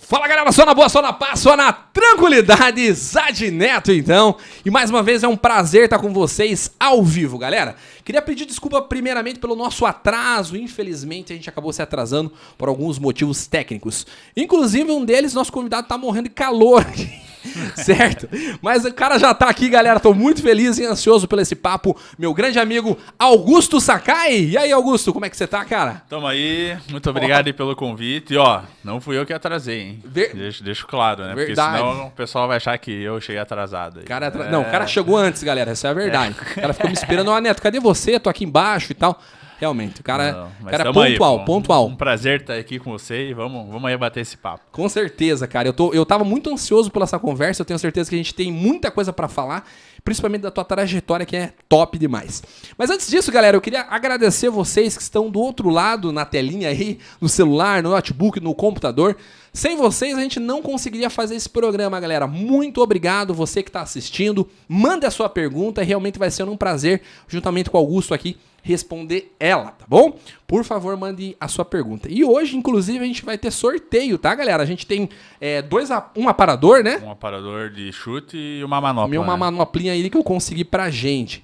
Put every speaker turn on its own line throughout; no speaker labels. Fala galera, só na boa, só na paz, só na tranquilidade, Zad Neto então. E mais uma vez é um prazer estar com vocês ao vivo, galera. Queria pedir desculpa primeiramente pelo nosso atraso, infelizmente a gente acabou se atrasando por alguns motivos técnicos. Inclusive um deles, nosso convidado tá morrendo de calor aqui. certo? Mas o cara já tá aqui, galera. Tô muito feliz e ansioso pelo esse papo. Meu grande amigo Augusto Sakai. E aí, Augusto, como é que você tá, cara?
Tamo aí, muito obrigado aí pelo convite. E ó, não fui eu que atrasei, hein?
Ver-
Deixa, deixa claro, né?
Verdade.
Porque senão o pessoal vai achar que eu cheguei atrasado. Aí.
Cara atra-
É,
Não, o cara chegou antes, galera. Essa é a verdade. O cara ficou me esperando. Ó, Neto, cadê você? Tô aqui embaixo e tal. Realmente, o cara,
não,
o
mas
cara é
tamo aí,
pontual,
pô.
pontual.
Um prazer estar aqui com você e vamos, vamos aí bater esse papo.
Com certeza, cara. Eu, tô, eu tava muito ansioso pela essa conversa. Eu tenho certeza que a gente tem muita coisa pra falar, principalmente da tua trajetória, que é top demais. Mas antes disso, galera, eu queria agradecer vocês que estão do outro lado na telinha aí, no celular, no notebook, no computador. Sem vocês, a gente não conseguiria fazer esse programa, galera. Muito obrigado você que tá assistindo. Manda a sua pergunta, realmente vai ser um prazer, juntamente com o Augusto aqui, responder ela, tá bom? Por favor, mande a sua pergunta. E hoje, inclusive, a gente vai ter sorteio, tá, galera? A gente tem é, dois a- um aparador, né?
Um aparador de chute e uma manopla.
Meu, uma
né?
manoplinha aí que eu consegui pra gente.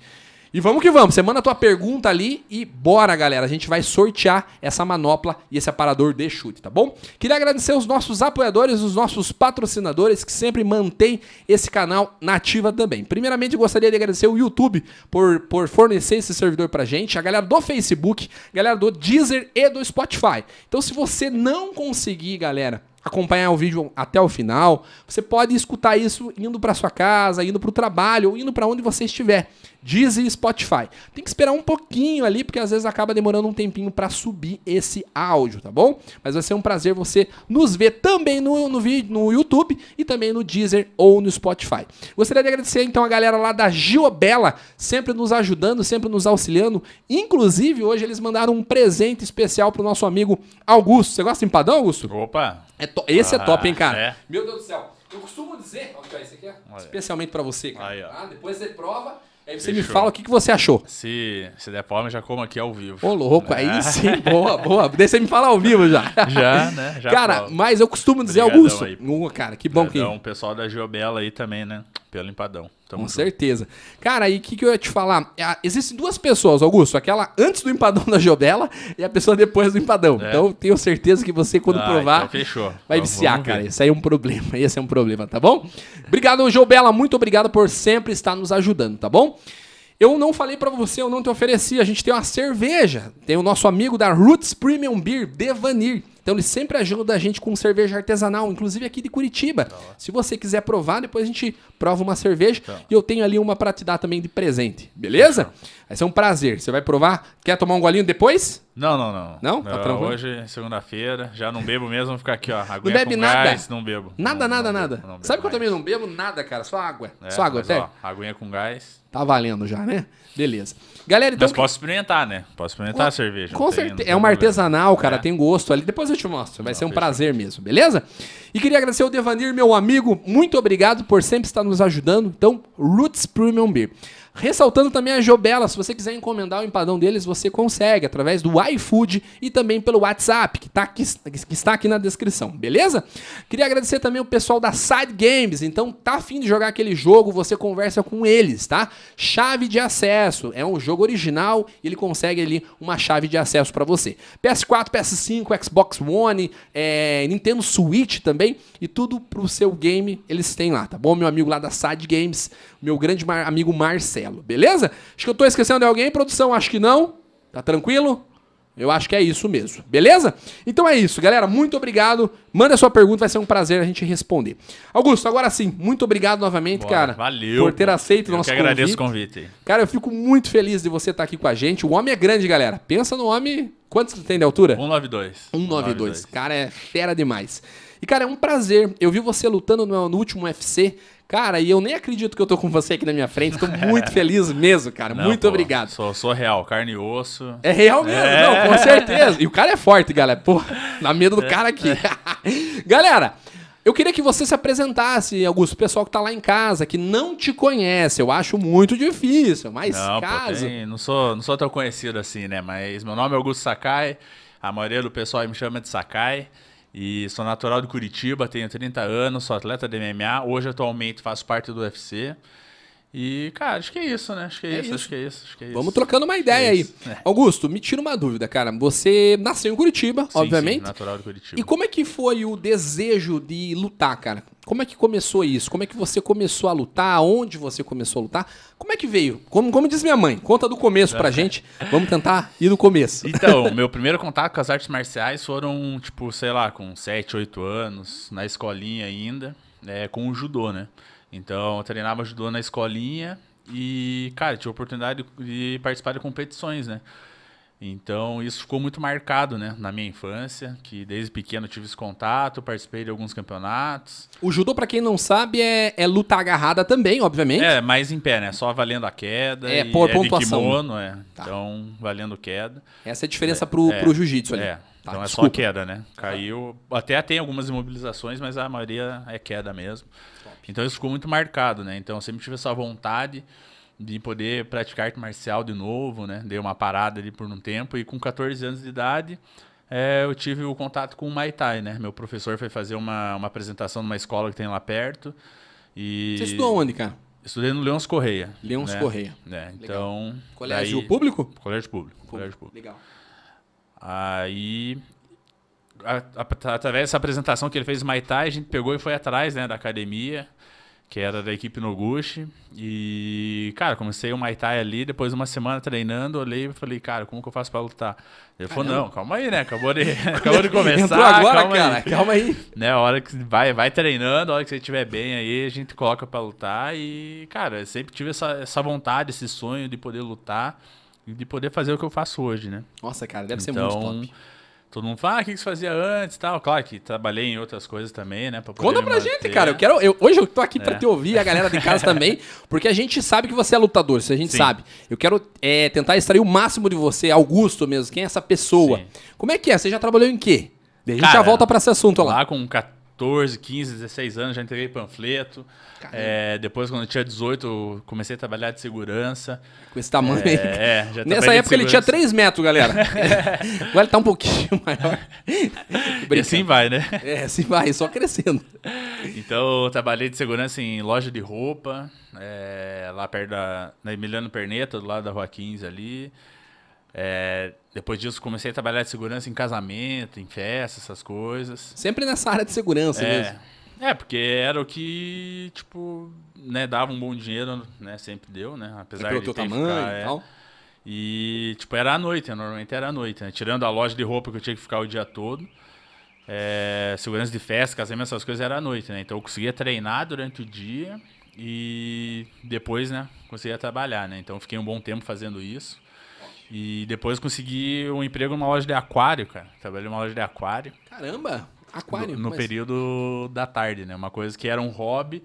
E vamos que vamos, você manda a tua pergunta ali e bora, galera. A gente vai sortear essa manopla e esse aparador de chute, tá bom? Queria agradecer os nossos apoiadores, os nossos patrocinadores que sempre mantêm esse canal nativa também. Primeiramente, eu gostaria de agradecer o YouTube por, por fornecer esse servidor pra gente, a galera do Facebook, a galera do Deezer e do Spotify. Então, se você não conseguir, galera, acompanhar o vídeo até o final, você pode escutar isso indo pra sua casa, indo pro trabalho ou indo pra onde você estiver. Diz e Spotify. Tem que esperar um pouquinho ali, porque às vezes acaba demorando um tempinho pra subir esse áudio, tá bom? Mas vai ser um prazer você nos ver também no, no vídeo, no YouTube e também no Deezer ou no Spotify. Gostaria de agradecer então a galera lá da Giobela, sempre nos ajudando, sempre nos auxiliando. Inclusive, hoje eles mandaram um presente especial pro nosso amigo Augusto. Você gosta de empadão, Augusto?
Opa!
É to- Esse é
Ah,
top, hein, cara?
é.
Meu Deus do céu. Eu costumo dizer, ó, aqui, ó, esse aqui é
Olha.
especialmente pra você, cara.
Aí, ó.
Ah, depois você prova, aí você me
Fechou.
fala o que, que você achou.
Se, se der palma, já como aqui ao vivo. Né?
Ô, louco, aí sim, boa, boa. Deixa você me falar ao vivo já.
É. Já, né? Já
cara,
prova.
mas eu costumo dizer,
Obrigadão
Augusto.
aí.
Ô, cara, que bom que.
Então, o pessoal da Giobela aí também, né? Pelo empadão. Tamo
Com
junto.
certeza. Cara, e o que, que eu ia te falar? É, ah, existem duas pessoas, Augusto. Aquela antes do empadão da Jobela e a pessoa depois do empadão. Então, eu tenho certeza que você, quando
É. Ah,
provar,
então fechou.
vai
Vamos-
viciar,
vamos ver.
cara. Esse aí é um problema. Esse é um problema, tá bom? Obrigado, Jobela. Muito obrigado por sempre estar nos ajudando, tá bom? Eu não falei pra você, eu não te ofereci. A gente tem uma cerveja. Tem o nosso amigo da Roots Premium Beer, Devanir. Então ele sempre ajuda a gente com cerveja artesanal, inclusive aqui de Curitiba. Se você quiser provar, depois a gente prova uma cerveja
Então.
e eu tenho ali uma pra te dar também de presente. Beleza? Vai ser um prazer. Você vai provar? Quer tomar um golinho depois?
Não, não, não.
Não? Tá tranquilo?
Hoje, segunda-feira, já não bebo mesmo, vou ficar aqui, ó. Aguinha
bebe
com
nada?
gás, não bebo.
Nada,
Não,
nada,
não
nada.
bebo, não bebo
Sabe que eu
mais.
também não bebo nada, cara? Só água.
É,
Só água,
mas,
até.
ó, Aguinha com gás.
Tá valendo já, né? Beleza. Galera, então.
Mas posso experimentar, né? Posso experimentar a cerveja. não
Com
tem- não
certeza.
tem
É uma
problema.
artesanal, cara,
É.
tem gosto ali. Depois eu te mostro. Vai ser um
fechou.
prazer mesmo, beleza? E queria agradecer o Devanir, meu amigo. Muito obrigado por sempre estar nos ajudando. Então, Roots Premium Beer. Ressaltando também a Jobela, se você quiser encomendar o empadão deles, você consegue através do iFood e também pelo WhatsApp, que, tá aqui, que está aqui na descrição, beleza? Queria agradecer também o pessoal da Side Games, então tá afim de jogar aquele jogo, você conversa com eles, tá? Chave de acesso, é um jogo original e ele consegue ali uma chave de acesso pra você. PS4, PS5, Xbox One, é, Nintendo Switch também e tudo pro seu game eles têm lá, tá bom? Meu amigo lá da Side Games, meu grande mar- amigo Marcelo, beleza? Acho que eu tô esquecendo de alguém, produção, acho que não. Tá tranquilo? Eu acho que é isso mesmo, beleza? Então é isso, galera. Muito obrigado. Manda sua pergunta, vai ser um prazer a gente responder. Augusto, agora sim, muito obrigado novamente,
Bora,
cara.
Valeu.
Por ter
pô.
aceito o
Eu
nosso
que
convite.
agradeço o convite.
Cara, eu fico muito feliz de você estar aqui com a gente. O homem é grande, galera. Pensa no homem. Quantos ele tem de altura?
192.
192. Cara, é fera demais. E, cara, é um prazer. Eu vi você lutando no, no último UFC. Cara, e eu nem acredito que eu tô com você aqui na minha frente. Tô muito feliz mesmo, cara.
Não,
muito
pô,
obrigado.
Sou, sou real, carne e osso.
É real mesmo, não, com certeza. E o cara é forte, galera. Pô, dá medo
É.
do cara aqui. galera, eu queria que você se apresentasse, Augusto, o pessoal que tá lá em casa, que não te conhece. Eu acho muito difícil, mas
Não, pô,
caso.
tem- não, sou, não sou tão conhecido assim, né? Mas meu nome é Augusto Sakai. A maioria do pessoal aí me chama de Sakai. E sou natural de Curitiba, tenho 30 anos, sou atleta de MMA. Hoje, atualmente, faço parte do UFC. E, cara, acho que é isso, né? Acho que é, isso, acho que é isso, acho que é isso.
Vamos trocando uma ideia aí.
Isso, é.
Augusto, me tira uma dúvida, cara. Você nasceu em Curitiba,
Sim, Sim,
obviamente.
natural de Curitiba.
e como é que foi o desejo de lutar, cara? Como é que começou isso? Como é que você começou a lutar? Onde você começou a lutar? Como é que veio? Como, como diz minha mãe, conta do começo
É.
pra gente. Vamos tentar ir do começo.
Então, meu primeiro contato com as artes marciais foram, tipo, sei lá, com 7, 8 anos, na escolinha ainda, né, com o judô, né? Então, eu treinava judô na escolinha e, cara, tive a oportunidade de participar de competições, né? Então, isso ficou muito marcado, né, na minha infância, que desde pequeno eu tive esse contato, participei de alguns campeonatos.
O judô, pra quem não sabe, é, é luta agarrada também, obviamente.
É, mais em pé, né? Só valendo a queda.
É,
e
por
de
pontuação, né?
kimono, é.
Tá.
Então, valendo queda.
Essa é a diferença pro, pro jiu-jitsu ali.
É.
Tá,
então é só
desculpa.
queda, né? Caiu. Até tem algumas imobilizações, mas a maioria é queda mesmo. Então isso ficou muito marcado, né? Então eu sempre tive essa vontade de poder praticar arte marcial de novo, né? Dei uma parada ali por um tempo e com 14 anos de idade é, eu tive o contato com o Muay Thai, né? Meu professor foi fazer uma, uma apresentação numa escola que tem lá perto. E
Você estudou onde, cara?
Estudei no Leões Correia.
Leons
né?
Correia.
É, então.
Colégio
daí-
público?
Colégio público. Colégio público.
Legal.
Aí, a- a- através dessa apresentação que ele fez em Maitai, a gente pegou e foi atrás né, da academia, que era da equipe Noguchi. E, cara, comecei o Maitai ali, depois de uma semana treinando, olhei e falei, cara, como que eu faço pra lutar? Ele falou, não, calma aí, né? Acabou de, acabou de começar.
Entrou agora,
calma aí."
cara. Calma aí.
né? A hora que você vai, vai treinando, a hora que você estiver bem aí, a gente coloca pra lutar. E, cara, eu sempre tive essa, essa vontade, esse sonho de poder lutar e de poder fazer o que eu faço hoje, né?
Nossa, cara, deve ser muito
então,
top.
todo mundo fala, ah, o que que você fazia antes e tal. Claro que trabalhei em outras coisas também, né? pra poder
Conta
me
pra gente,
manter. É.
cara. Eu quero. Eu, hoje eu tô aqui pra te ouvir, a galera de casa também, porque a gente sabe que você é lutador, isso a gente
Sim.
sabe. Eu quero é, tentar extrair o máximo de você, Augusto mesmo, quem é essa pessoa.
Sim.
Como é que é? Você já trabalhou em quê? Daí a gente já
Cara,
volta pra esse assunto lá.
Lá com 14, 15, 16 anos, já entreguei panfleto. É, depois, quando eu tinha 18, eu comecei a trabalhar de segurança.
Com esse tamanho aí.
É,
Nessa
já trabalhei de
época ele tinha 3
segurança.
metros, galera. Agora ele tá um pouquinho maior.
E assim
Brincando.
vai, né?
É, assim vai, só crescendo.
Então, eu trabalhei de segurança em loja de roupa, é, lá perto da na Emiliano Perneta, do lado da Rua 15 ali. É, depois disso, comecei a trabalhar de segurança em casamento, em festa, essas coisas.
Sempre nessa área de segurança
É,
mesmo.
é, porque era o que, tipo, né, dava um bom dinheiro, né, sempre deu, né, apesar
É Pelo
de
teu
ter que
tamanho
ficar,
e
é.
tal.
E, tipo, era à noite, né? normalmente era à noite, né? Tirando a loja de roupa que eu tinha que ficar o dia todo. é, segurança de festa, casamento, essas coisas era à noite, né? Então eu conseguia treinar durante o dia e depois, né, conseguia trabalhar, né? Então eu fiquei um bom tempo fazendo isso. E depois consegui um emprego numa loja de aquário, cara. Trabalhei numa loja de aquário.
Caramba, aquário. é
No, no
mas-
período da tarde, né? Uma coisa que era um hobby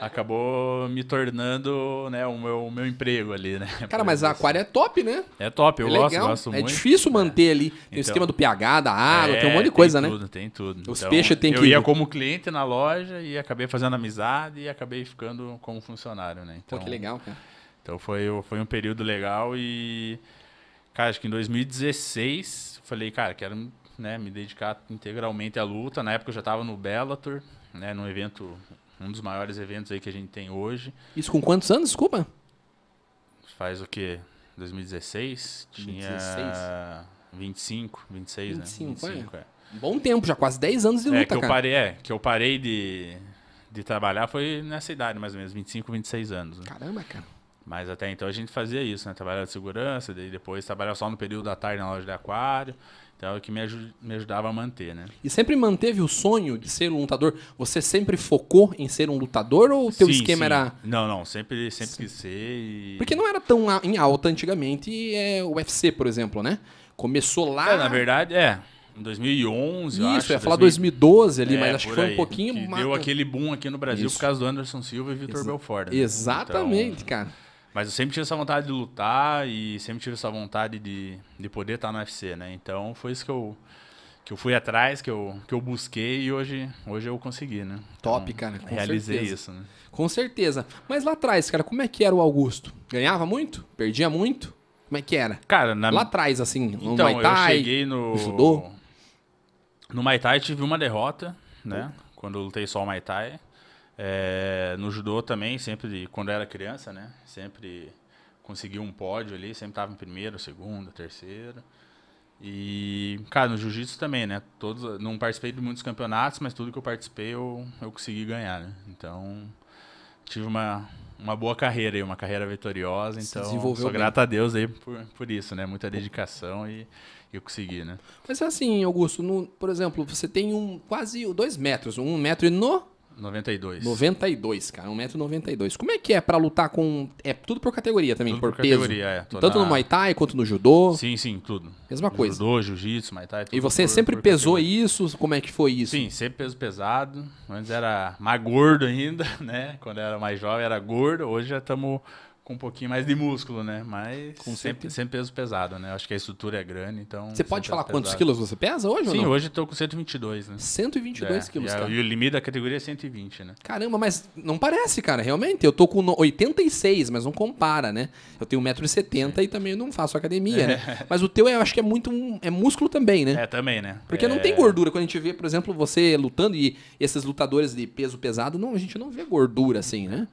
acabou me tornando, né, o meu, o meu emprego ali, né?
Cara, mas aquário é top, né?
é top, eu
é
gosto,
legal.
gosto
é
muito.
difícil manter ali. Tem o
Então.
esquema do pH, da água, tem um
É,
monte de coisa, né?
Tem tudo, tem tudo. Então,
Os peixes tem
eu
que-
ia como cliente na loja e acabei fazendo amizade e acabei ficando como funcionário, né?
Pô,
Então,
que legal, cara.
Então foi, o- foi um período legal e, cara, acho que em 2016 eu falei, cara, quero né, me dedicar integralmente à luta. Na época eu já estava no Bellator, né, num evento, um dos maiores eventos aí que a gente tem hoje.
Isso com quantos anos, desculpa?
Faz o quê? 2016? Tinha
2016?
25, 26,
25,
né?
olha.
25, é.
Um bom tempo, já quase 10 anos de
é, que
luta,
eu
cara.
parei, é, que eu parei de, de trabalhar foi nessa idade, mais ou menos, 25, 26 anos. Né?
Caramba, cara.
Mas até então a gente fazia isso, né? Trabalhava de segurança, daí depois trabalhava só no período da tarde na loja de aquário. Então é o que me, aju- me ajudava a manter, né?
E sempre manteve o sonho de ser um lutador? Você sempre focou em ser um lutador ou o teu
Sim,
esquema
sim.
era...
Não, não, sempre, sempre quis ser e.
Porque não era tão a- em alta antigamente é, o UFC, por exemplo, né? Começou lá...
É, na verdade, é. Em 2011, eu
Ah! Isso,
acho,
eu ia falar 2012 ali,
é,
mas acho que
por
foi um
aí,
pouquinho...
que
ma-
Deu aquele boom aqui no Brasil
Isso.
por causa do Anderson Silva e Vitor
Exa-
Belfort. né?
Exatamente,
Então,
cara.
Mas eu sempre tive essa vontade de lutar e sempre tive essa vontade de, de poder estar no UFC, né? Então foi isso que eu, que eu fui atrás, que eu, que eu busquei e hoje, hoje eu consegui, né?
Top, cara, com
Realizei
certeza.
isso, né?
Com certeza. Mas lá atrás, cara, como é que era o Augusto? Ganhava muito? Perdia muito? Como é que era?
Cara, na,
Lá atrás, assim, no
Ah, então
Muay
eu
Thai,
cheguei no.
no judô?
No Muay Thai tive uma derrota, né? Quando eu lutei só o Muay Thai. É, no judô também, sempre, quando eu era criança, né? Sempre consegui um pódio ali, sempre tava em primeiro, segundo, terceiro. E, cara, no jiu-jitsu também, né? Todos, não participei de muitos campeonatos, mas tudo que eu participei eu, eu consegui ganhar, né? Então, tive uma, uma boa carreira aí, uma carreira vitoriosa.
Se
Então,
desenvolveu
sou
bem.
grato a Deus aí por, por isso, né? Muita dedicação e e eu consegui, né?
Mas assim, Augusto, no- por exemplo, você tem um quase dois metros, um metro e no
92.
92, cara, um metro e 92. Como é que é pra lutar com... É tudo por categoria também,
Tudo
por,
por
peso.
categoria, é. Tô
Tanto
na-
no Muay Thai quanto no judô,
Sim, sim, tudo.
mesma coisa.
Judô, jiu-jitsu, Muay Thai, tudo
E você
por-
sempre
por
pesou
categoria.
isso? Como é que foi isso?
Sim, sempre peso pesado. Antes era mais gordo ainda, né? Quando eu era mais jovem era gordo. Hoje já estamos com um pouquinho mais de músculo, né? Mas
Com
sempre,
certeza.
sempre peso pesado, né? Acho que a estrutura é grande, então...
Você
sempre
pode
peso
falar quantos
pesado.
quilos você pesa hoje ou
Sim,
não?
hoje eu tô com 122, né?
122
É,
quilos,
e, a-
cara.
E o limite da categoria é 120, né?
Caramba, mas não parece, cara, realmente. Eu tô com no- 86, mas não compara, né? Eu tenho 1,70m e também não faço academia, né? Mas o teu, eu acho que é muito. um- é músculo também, né?
É, também, né?
Porque não
É,
tem gordura. Quando a gente vê, por exemplo, você lutando e esses lutadores de peso pesado, não, a gente não vê gordura assim, né?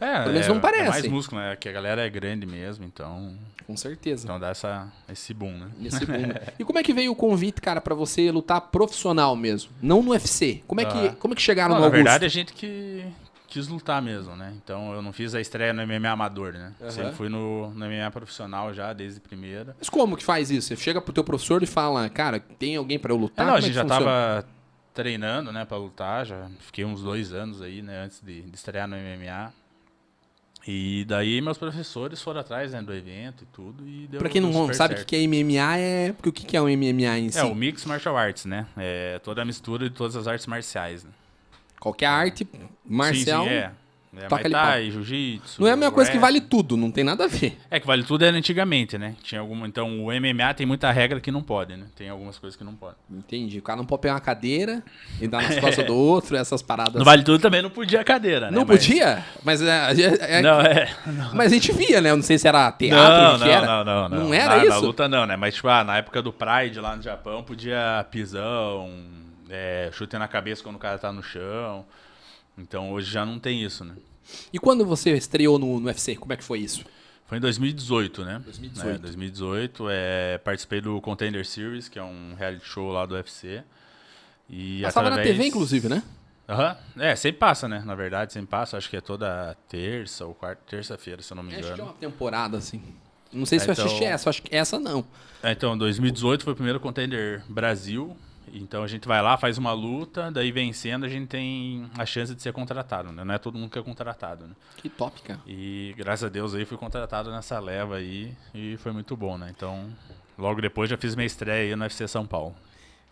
É,
Pelo menos
é-
não
É
parece.
mais músculo, né? Que a galera é grande mesmo, então...
Com certeza.
Então dá essa, esse boom, né?
Nesse boom. e como é que veio o convite, cara, pra você lutar profissional mesmo? Não no UFC. Como é que,
Ah.
como é que chegaram
Não,
no
na
Augusto?
verdade, a gente que quis lutar mesmo, né? Então eu não fiz a estreia no MMA amador, né?
Aham.
Sempre fui no, no MMA profissional já, desde primeira.
Mas como que faz isso? Você chega pro teu professor e fala, cara, tem alguém pra eu
Ah,
lutar?
não, a
Como é
gente
que
já
funciona?
tava treinando, né, pra lutar, já fiquei uns dois anos aí, né, antes de, de estrear no MMA. E daí meus professores foram atrás, né, do evento e tudo, e deu
Pra quem não
deu um super
sabe o
certo.
que que é MMA, é. Porque o que que é um MMA em si?
É, o Mix Martial Arts, né? É toda a mistura de todas as artes marciais, né?
Qualquer arte marcial.
Sim, sim, é. É
toca
Muay
ali
Thai, Jiu-Jitsu.
Não é a mesma coisa que
wrestling.
vale tudo, não tem nada a ver.
É que vale tudo era antigamente, né? Tinha alguma, então o MMA tem muita regra que não pode, né? Tem algumas coisas que não pode.
Entendi. O cara não pode pegar uma cadeira e dar nas costas do outro, essas paradas.
No vale tudo também não podia cadeira, né?
Não
Mas-
podia? Mas, é, é- é-
Não, é. Não,
mas a gente via, né? Eu não sei se era teatro, o
não,
que que era.
não, não, não.
Não era
na,
isso?
Na luta não, né? Mas tipo, ah, na época do Pride lá no Japão podia pisão, é, chute na cabeça quando o cara tá no chão. Então hoje já não tem isso, né?
E quando você estreou no, no UFC, como é que foi isso?
Foi em 2018, né?
2018.
É, 2018. É, participei do Contender Series, que é um reality show lá do UFC. E
Passava na
através-
TV, inclusive, né?
Aham. É, sempre passa, né? Na verdade, sempre passa. Acho que é toda terça ou quarta, terça-feira, se eu não me
Acho que é
engano.
uma temporada, assim. Não sei se
É,
eu assisti
então-
essa, acho que essa não.
É, então, 2018 foi o primeiro contender Brasil. Então a gente vai lá, faz uma luta, daí vencendo a gente tem a chance de ser contratado, né? Não é todo mundo que é contratado, né?
Que top, cara.
E graças a Deus aí fui contratado nessa leva aí e foi muito bom, né? Então, logo depois já fiz minha estreia aí no UFC São Paulo.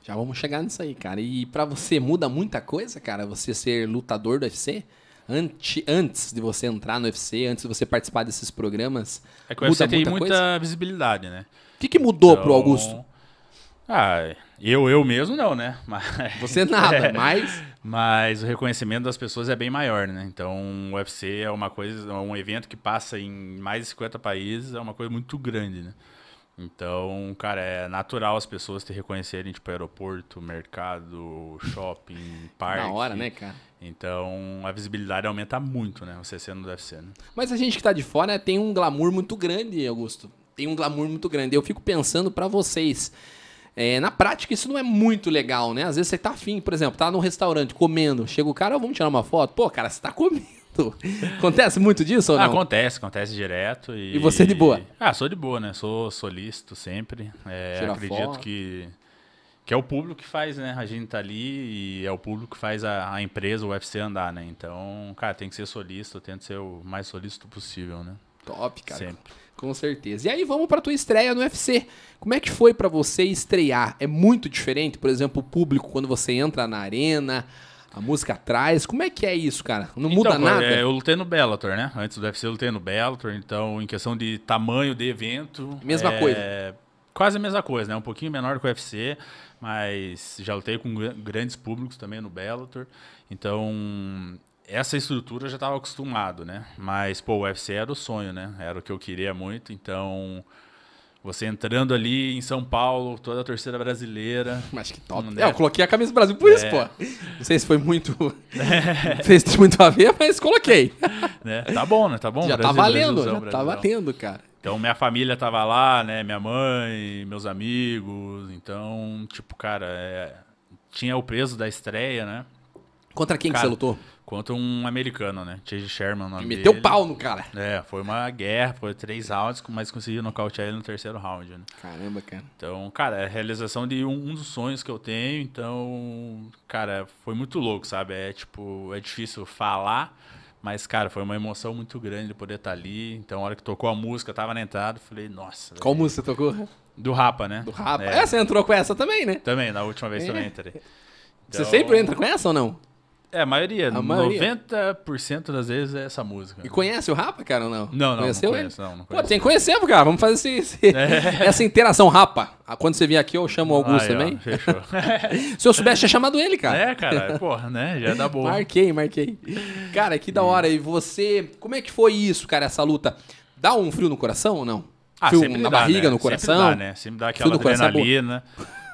Já vamos chegar nisso aí, cara. E pra você muda muita coisa, cara, você ser lutador do UFC? Ante- antes de você entrar no UFC, antes de você participar desses programas,
É que o
muda
UFC tem
muita
muita
coisa?
visibilidade, né?
O que, que mudou pro
Então,
Augusto?
Ah, eu, eu mesmo não, né? Mas... É.
Você nada, mas
Mas o reconhecimento das pessoas é bem maior, né? Então, o UFC é uma coisa, é um evento que passa em mais de 50 países, é uma coisa muito grande, né? Então, cara, é natural as pessoas te reconhecerem, tipo, aeroporto, mercado, shopping, parque.
na hora, né, cara?
Então, a visibilidade aumenta muito, né? Você sendo do UFC, né?
Mas a gente que tá de fora tem um glamour muito grande, Augusto. Tem um glamour muito grande. Eu fico pensando pra vocês. é, na prática, isso não é muito legal, né? Às vezes você tá afim, por exemplo, tá num restaurante comendo, chega o cara, ó, vamos tirar uma foto. Pô, cara, você tá comendo. Acontece muito disso ou
Ah,
não?
acontece, acontece direto. E...
E você é de boa?
Ah, sou de boa, né? Sou solícito sempre. É,
Tira
acredito
foto.
que que é o público que faz, né? A gente tá ali e é o público que faz a, a empresa, o UFC andar, né? Então, cara, tem que ser solícito, tento ser o mais solícito possível, né?
Top, cara.
Sempre.
Com certeza. E aí vamos pra tua estreia no UFC. Como é que foi pra você estrear? É muito diferente, por exemplo, o público quando você entra na arena, a música atrás. Como é que é isso, cara? Não muda
Então,
nada?
é, eu lutei no Bellator, né? Antes do UFC eu lutei no Bellator, então em questão de tamanho de evento...
Mesma
é,
coisa.
Quase a mesma coisa, né? Um pouquinho menor que o UFC, mas já lutei com gran- grandes públicos também no Bellator. Então, essa estrutura eu já estava acostumado, né? Mas, pô, o UFC era o sonho, né? Era o que eu queria muito, então... Você entrando ali em São Paulo, toda a torcida brasileira.
Mas que top.
Não
É, eu
deve. É.
coloquei a camisa do Brasil por isso, pô. Não sei se foi muito. Não sei se tem muito a ver, mas coloquei.
né? Tá bom, né? Tá bom.
já tá
Brasil,
valendo,
Brasilzão,
já tá
Brasilzão.
valendo, cara.
Então minha família tava lá, né? Minha mãe, meus amigos. Então, tipo, cara, é, tinha o peso da estreia, né?
Contra quem que
Cara,
você lutou?
Contra um americano, né? Chase Sherman, o nome
Meteu
dele.
pau no cara.
É, foi uma guerra, foi três rounds, mas conseguiu nocautear ele no terceiro round, né?
Caramba, cara.
Então, cara, é a realização de um, um dos sonhos que eu tenho. Então, cara, foi muito louco, sabe? É tipo, é difícil falar, mas, cara, foi uma emoção muito grande de poder estar ali. Então, a hora que tocou a música, eu tava na entrada, eu falei, nossa.
Qual
velho.
música você tocou?
Do Rapa, né?
Do Rapa.
É,
É, você entrou com essa também, né?
Também, na última vez
É.
também entrei.
Você
Então,
sempre entra com essa ou não?
É, a maioria.
A maioria.
90% das vezes é essa música.
E conhece o Rapa, cara, ou não?
Não, não,
Conheceu
não
ele?
conheço, não, não
Pô,
conheço. É.
tem que conhecer, cara. Vamos fazer esse- esse- essa interação, Rapa. Ah, Quando você vier aqui, eu chamo o Augusto
Aí, ó,
também.
fechou.
Se eu soubesse, tinha chamado ele, cara.
é, cara, porra, né? Já dá boa.
Marquei, marquei. Cara, que da hora. E você, como é que foi isso, cara, essa luta? Dá um frio no coração ou não? frio
sempre
na
dá,
barriga,
né?
no coração?
Sempre dá, né? Sempre dá aquela
no coração é bom.
adrenalina,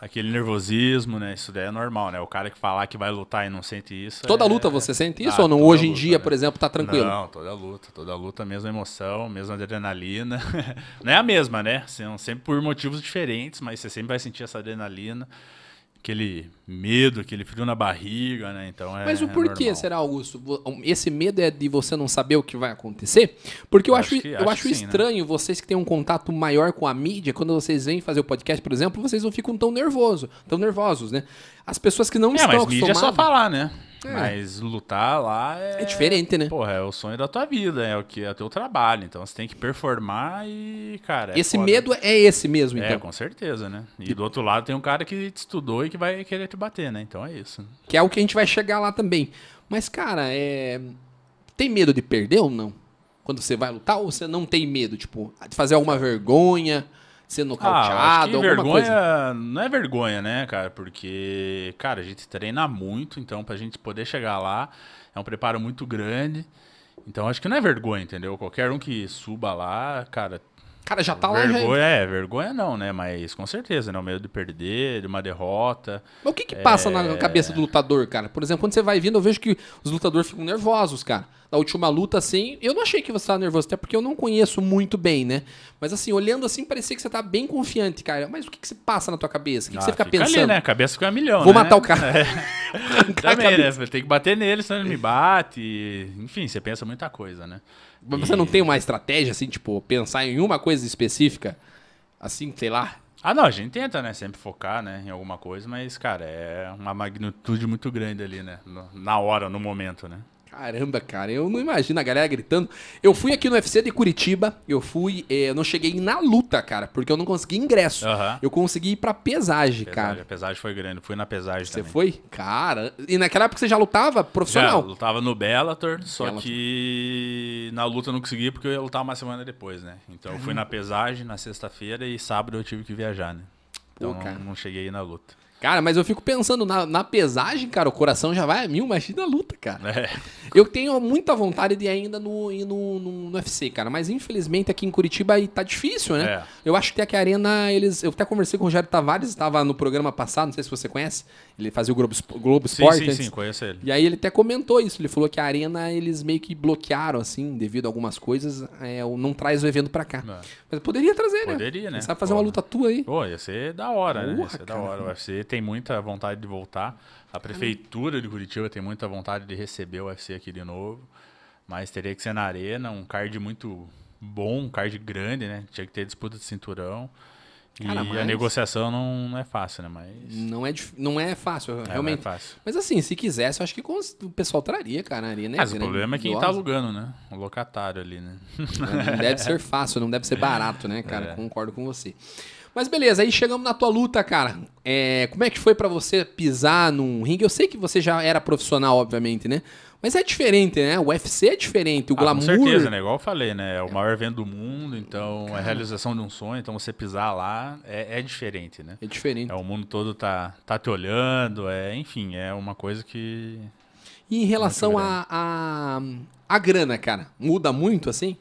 aquele nervosismo, né? Isso daí é normal, né? O cara que falar que vai lutar e não sente isso.
Toda
é-
luta você sente isso
Ah,
ou não?
toda
Hoje em
luta,
dia,
né?
por exemplo, tá tranquilo.
Não, toda luta, toda luta, mesma emoção, mesma adrenalina. Não é a mesma, né? São sempre por motivos diferentes, mas você sempre vai sentir essa adrenalina, aquele medo, aquele frio na barriga, né? Então é.
Mas o
é
porquê,
normal.
será, Augusto? Vo- Esse medo é de você não saber o que vai acontecer? Porque eu
Eu
acho,
acho que-
eu
acho
acho
que sim, né?
estranho vocês que têm um contato maior com a mídia, quando vocês vêm fazer o podcast, por exemplo, vocês não ficam tão nervoso, tão nervosos, né? As pessoas que não
É,
estão
mas mídia é
acostumadas...
só falar, né?
É.
Mas lutar lá é.
É diferente, né?
Porra, é o sonho da tua vida, é o que é o teu trabalho. Então você tem que performar e, cara. é
esse
foda.
medo é esse mesmo,
É,
então.
com certeza, né? E do outro lado tem um cara que te estudou e que vai querer te bater, né? Então é isso.
Que é o que a gente vai chegar lá também. Mas, cara, é. Tem medo de perder ou não? Quando você vai lutar, ou você não tem medo, tipo, de fazer alguma vergonha, de ser nocauteado,
Ah, acho que
alguma
vergonha
coisa.
não é vergonha, né, cara? Porque, cara, a gente treina muito, então pra gente poder chegar lá é um preparo muito grande. Então acho que não é vergonha, entendeu? Qualquer um que suba lá, cara,
Cara, já tá lá, já.
vergonha é, vergonha não, né? Mas com certeza, né? O medo de perder, de uma derrota.
Mas o que que passa
É.
na cabeça do lutador, cara? Por exemplo, quando você vai vindo, eu vejo que os lutadores ficam nervosos, cara. Na última luta, assim, eu não achei que você tava nervoso, até porque eu não conheço muito bem, né? Mas assim, olhando assim, parecia que você tá bem confiante, cara. Mas o que que se passa na tua cabeça? O que, que
Ah,
você fica, pensando?
Ali, né? A cabeça fica a milhão,
Vou
né?
matar o cara. Arrancar a
Também,
cabeça.
né? Você Tem que bater nele, senão ele me bate. Enfim, você pensa muita coisa, né?
Mas você não tem uma estratégia, assim, tipo, pensar em uma coisa específica? Assim, sei lá.
Ah, não, a gente tenta, né? Sempre focar, né? Em alguma coisa, mas, cara, é uma magnitude muito grande ali, né? no- Na hora, no momento, né?
Caramba, cara, eu não imagino a galera gritando. Eu fui aqui no UFC de Curitiba, eu fui, eh, eu não cheguei na luta, cara, porque eu não consegui ingresso.
Aham.
Eu consegui ir pra pesagem,
Pesagem,
cara.
A pesagem foi grande, fui na pesagem
Você
também.
foi? Cara, e naquela época você já lutava
Já,
profissional.
lutava no Bellator, só
Bellator.
que na luta eu não consegui porque eu ia lutar uma semana depois, né? Então eu fui na pesagem na sexta-feira e sábado eu tive que viajar, né?
Pô,
Então não-
cara.
não, cheguei na luta.
Cara, mas eu fico pensando, na, na pesagem, cara, o coração já vai a mil, imagina a luta, cara.
É.
Eu tenho muita vontade de ainda no, ir no, no- no UFC, cara. Mas infelizmente aqui em Curitiba aí tá difícil, né?
É.
Eu acho que até que a Arena, eles. Eu até conversei com o Rogério Tavares, estava no programa passado, não sei se você conhece. Ele fazia o Globo, Espo- Globo
Sim,
Esporte.
sim,
antes.
sim, conheço ele.
E aí ele até comentou isso. Ele falou que a Arena, eles meio que bloquearam, assim, devido a algumas coisas. é, o- não traz o evento pra cá.
É.
Mas poderia trazer, né?
Poderia, né?
Quem sabe fazer uma
Pô.
luta tua aí.
Pô, ia ser da hora, né?
Porra,
Ia ser da
cara.
hora. O UFC tem muita vontade de voltar. A prefeitura de Curitiba tem muita vontade de receber o UFC aqui de novo. Mas teria que ser na arena, um card muito bom, um card grande, né? Tinha que ter disputa de cinturão. E
Cara, mas-
a negociação não, não é fácil, né? Mas.
Não é, dif- não é fácil,
É,
realmente.
Não é fácil.
Mas assim, se quisesse, eu acho que cons- o pessoal traria, né, cara, a Arena.
Mas o
grande,
problema é quem tá
idosa.
alugando, né? O locatário ali, né?
Não deve ser fácil, não deve ser barato, né, cara?
É.
Concordo com você. Mas beleza, aí chegamos na tua luta, cara. É, como é que foi pra você pisar num ringue? Eu sei que você já era profissional, obviamente, né? Mas é diferente, né? O UFC é diferente, o
Ah, com
glamour.
certeza, né? Igual eu falei, né? É o maior evento do mundo, então é a realização de um sonho, então você pisar lá é- é diferente, né?
É diferente.
É, o mundo todo tá, tá te olhando, é, enfim, é uma coisa que.
E em relação
Muito
a, a, a grana, cara, muda muito assim?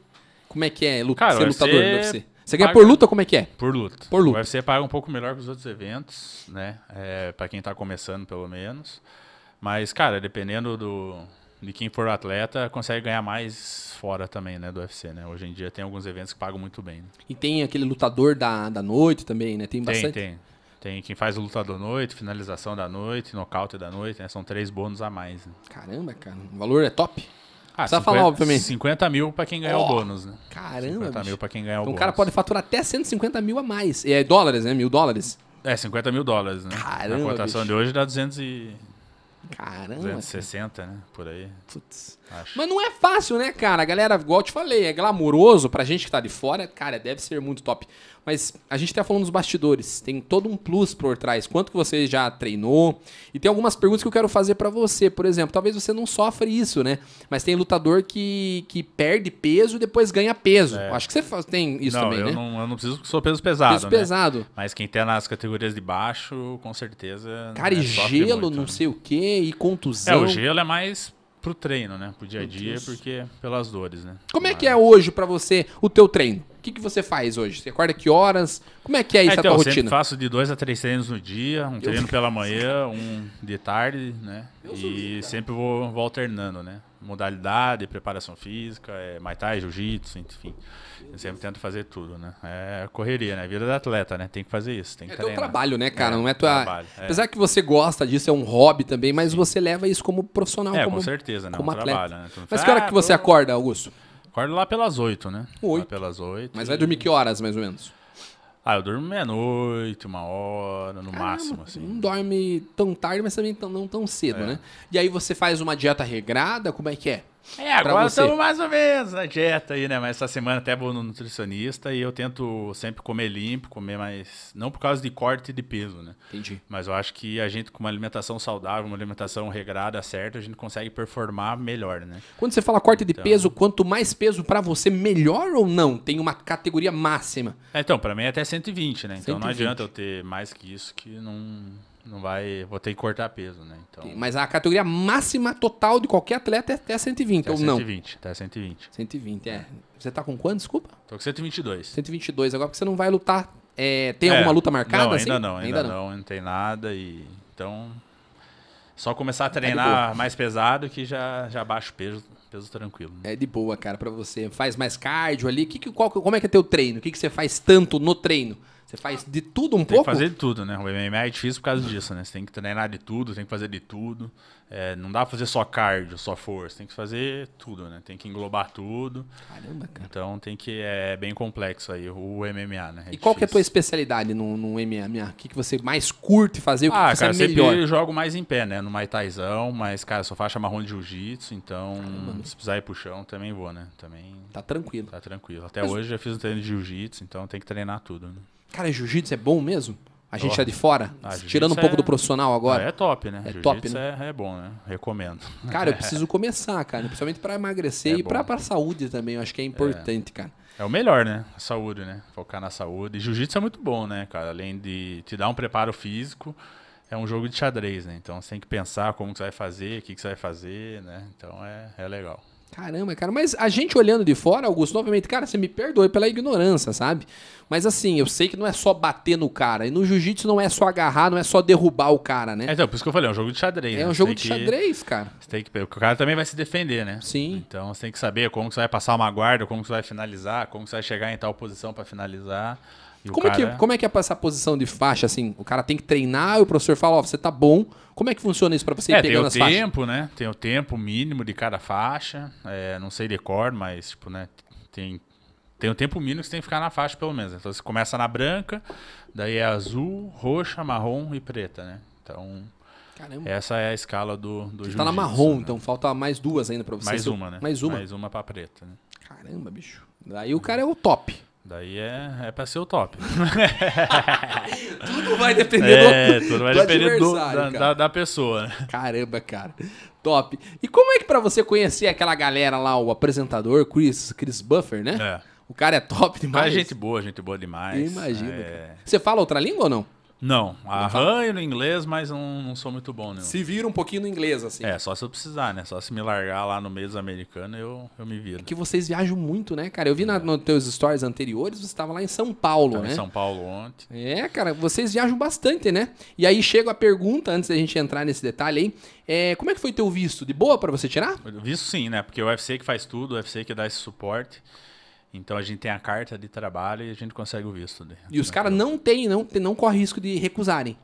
Como é que é lu-
Cara,
ser
o
lutador do
UFC
UFC? Você Você ganha
paga-
por luta? Como é que é?
Por luta.
Por luta.
O UFC paga um pouco melhor que os outros eventos, né? É, para quem tá começando, pelo menos. Mas, cara, dependendo do, de quem for o atleta, consegue ganhar mais fora também, né? Do UFC, né? Hoje em dia tem alguns eventos que pagam muito bem. né?
E tem aquele lutador da, da noite também, né? Tem
Tem,
bastante.
tem. Tem quem faz o lutador da noite, finalização da noite, nocaute da noite, né? São três bônus a mais, né?
Caramba, cara. O valor é top.
Ah,
Precisa falar, obviamente.
50 mil pra quem ganhar
Ó,
o bônus, né?
Caramba,
50
bicho.
mil pra quem ganhar o
Então o
bônus.
cara pode faturar até 150 mil a mais. É dólares, né? Mil dólares.
É, 50 mil dólares, né?
Caramba,
Na cotação
bicho.
de hoje dá 200 e...
Caramba.
260, né? Por aí,
Putz.
acho.
Mas não é fácil, né, cara? A galera, igual eu te falei, é glamouroso pra gente que tá de fora, cara, deve ser muito top. Mas a gente tá falando dos bastidores, tem todo um plus por trás. Quanto que você já treinou? E tem algumas perguntas que eu quero fazer pra você, por exemplo. Talvez você não sofre isso, né? Mas tem lutador que, que perde peso e depois ganha peso.
É.
Acho que você fa- tem isso
não,
também,
eu
né?
Não, eu não preciso, sou peso pesado,
peso
né?
pesado.
Mas quem tá nas categorias de baixo, com certeza...
Cara,
né,
e
sofre
gelo,
muito,
não
né?
sei o quê, e
É,
contusão.
o gelo é mais pro treino, né? Pro dia a dia,
Deus.
porque pelas dores, né?
Como é que é hoje pra você o teu treino? O que, que você faz hoje? Você acorda que horas? Como é que é isso
É,
a tua
então, eu sempre
rotina?
faço de dois a três treinos no dia, um treino pela manhã, um de tarde, né? E sempre vou, vou alternando, né? Modalidade, preparação física, é, Muay Thai, jiu-jitsu, enfim. Eu sempre tento fazer tudo, né? É correria, né? Vida do atleta, né? Tem que fazer isso, tem que
É teu
treinar.
trabalho, né, cara?
É,
não é tua.
trabalho, é.
Apesar que você gosta disso, é um hobby também, mas você leva isso como profissional.
É,
como...
com certeza, né?
como
um
atleta.
trabalho, né? Tu não
Mas
fala,
que hora
"Ah,
que você
tô-
acorda, Augusto?
Acordo lá pelas oito, né?
Oito.
Lá pelas oito.
Mas vai dormir que horas, mais ou menos?
Ah, eu durmo meia-noite, uma hora, no máximo, assim.
Ah, Não dorme tão tarde, mas também tão- não tão cedo, né? E aí você faz uma dieta regrada, como é que é?
É,
Pra
agora
você.
estamos mais ou menos na dieta aí, né? Mas essa semana até vou no nutricionista e eu tento sempre comer limpo, comer mais. Não por causa de corte de peso, né?
Entendi.
Mas eu acho que a gente, com uma alimentação saudável, uma alimentação regrada, certa, a gente consegue performar melhor, né?
Quando você fala corte de peso, quanto mais peso pra você, melhor ou não? Tem uma categoria máxima.
É, Então, pra mim é até 120, né? Então não
120.
adianta eu ter mais que isso que não, não vai. Vou ter que cortar peso, né? Então.
Mas a categoria máxima total de qualquer atleta é até 120,
Até
ou não?
120, até 120.
120, é. Você tá com quanto, desculpa?
Tô com 122.
122, agora porque você não vai lutar. é, tem
É,
alguma luta marcada?
Não,
assim?
ainda não, ainda, não. não tem nada e então só começar a
Tá
treinar mais pesado que já já baixa o peso, peso tranquilo. né?
É de boa, cara, pra você. Faz mais cardio ali. Que, que, qual, que- como é que é teu treino? O que, que você faz tanto no treino? Você faz de tudo um
Tem que
pouco?
fazer de tudo, né? O MMA é difícil por causa disso, né? Você tem que treinar de tudo, tem que fazer de tudo. É, não dá pra fazer só cardio, só força. Tem que fazer tudo, né? Tem que englobar tudo.
Caramba, cara.
Então tem que. É bem complexo aí o MMA, né?
E qual que é a tua
difícil.
especialidade no, no MMA? O que, que você mais curte fazer? O que,
ah,
que você
cara,
é
sempre
melhor?
jogo mais em pé, né? No Maitaizão, mas, cara, sou faixa marrom de jiu-jitsu, então se precisar ir pro chão, também vou, né? Também
Tá tranquilo.
Tá tranquilo. Até hoje já fiz um treino de jiu-jitsu, então tem que treinar tudo. Né?
Cara, jiu-jitsu é bom mesmo? A gente
Ó.
tá de fora?
Ah, jiu-jitsu
Tirando um pouco
é-
do profissional agora.
Ah, é top, né?
É top,
Jiu-jitsu É, é bom, né? Recomendo.
Cara, eu preciso começar, cara. Principalmente pra emagrecer
É
e pra,
bom.
pra saúde também. Eu acho que é importante, cara.
É o melhor, né? A saúde, né? Focar na saúde. E jiu-jitsu é muito bom, né, cara? Além de te dar um preparo físico, é um jogo de xadrez, né? Então você tem que pensar como que você vai fazer, o que, que você vai fazer, né? Então é, é legal.
Caramba, cara, mas a gente olhando de fora, Augusto, novamente, cara, você me perdoe pela ignorância, sabe? Mas assim, eu sei que não é só bater no cara. E no jiu-jitsu não é só agarrar, não é só derrubar o cara, né?
É, então, por isso que eu falei, é um jogo de xadrez.
É
né?
um
Você
jogo
tem
de
que-
xadrez, cara.
Você tem que, porque o cara também vai se defender, né?
Sim.
Então você tem que saber como que você vai passar uma guarda, como que você vai finalizar, como que você vai chegar em tal posição pra finalizar. E o
Como, é
cara-
que, como é que é pra essa posição de faixa, assim? O cara tem que treinar e o professor fala, ó, você tá bom. Como é que funciona isso pra você ir
é, tem
pegando
o
as faixas?
tempo, né? Tem o tempo mínimo de cada faixa. É, não sei de cor, mas, tipo, né? Tem, tem o tempo mínimo que você tem que ficar na faixa, pelo menos. Então você começa na branca, daí é azul, roxa, marrom e preta, né? Então,
Caramba,
essa é a escala do, do
você tá na
jiu-jitsu,
marrom,
né?
então falta mais duas ainda pra você.
Mais
Você-
uma, né?
Mais uma.
Mais uma pra preta, né?
Caramba, bicho. Daí o cara é o top.
Daí é, é pra ser o top.
Tudo vai depender
É, tudo vai depender do-
adversário, cara.
da, da, da pessoa, né?
Caramba, cara. Top. E como é que pra você conhecer aquela galera lá, o apresentador Chris, Chris Buffer, né?
É.
O cara é top
Mas
demais.
gente boa, gente boa demais.
Eu imagino,
É,
cara. Você fala outra língua ou não?
Não, arranho no inglês, mas não, não sou muito bom, não.
Se vira um pouquinho no inglês, assim.
É, só se eu precisar, né? Só se me largar lá no meio dos americanos, eu, eu me viro.
Que vocês viajam muito, né, cara? Eu vi na, nos teus stories anteriores, você estava lá em São Paulo,
É. Tava
né?
em São Paulo ontem.
É, cara, vocês viajam bastante, né? E aí chega a pergunta, antes da gente entrar nesse detalhe aí, é, como é que foi teu visto? De boa pra você tirar?
Visto sim, né? Porque o UFC que faz tudo, o UFC que dá esse suporte. Então a gente tem a carta de trabalho e a gente consegue o visto. né?
E os caras não tem, não, tem- não corre risco de recusarem.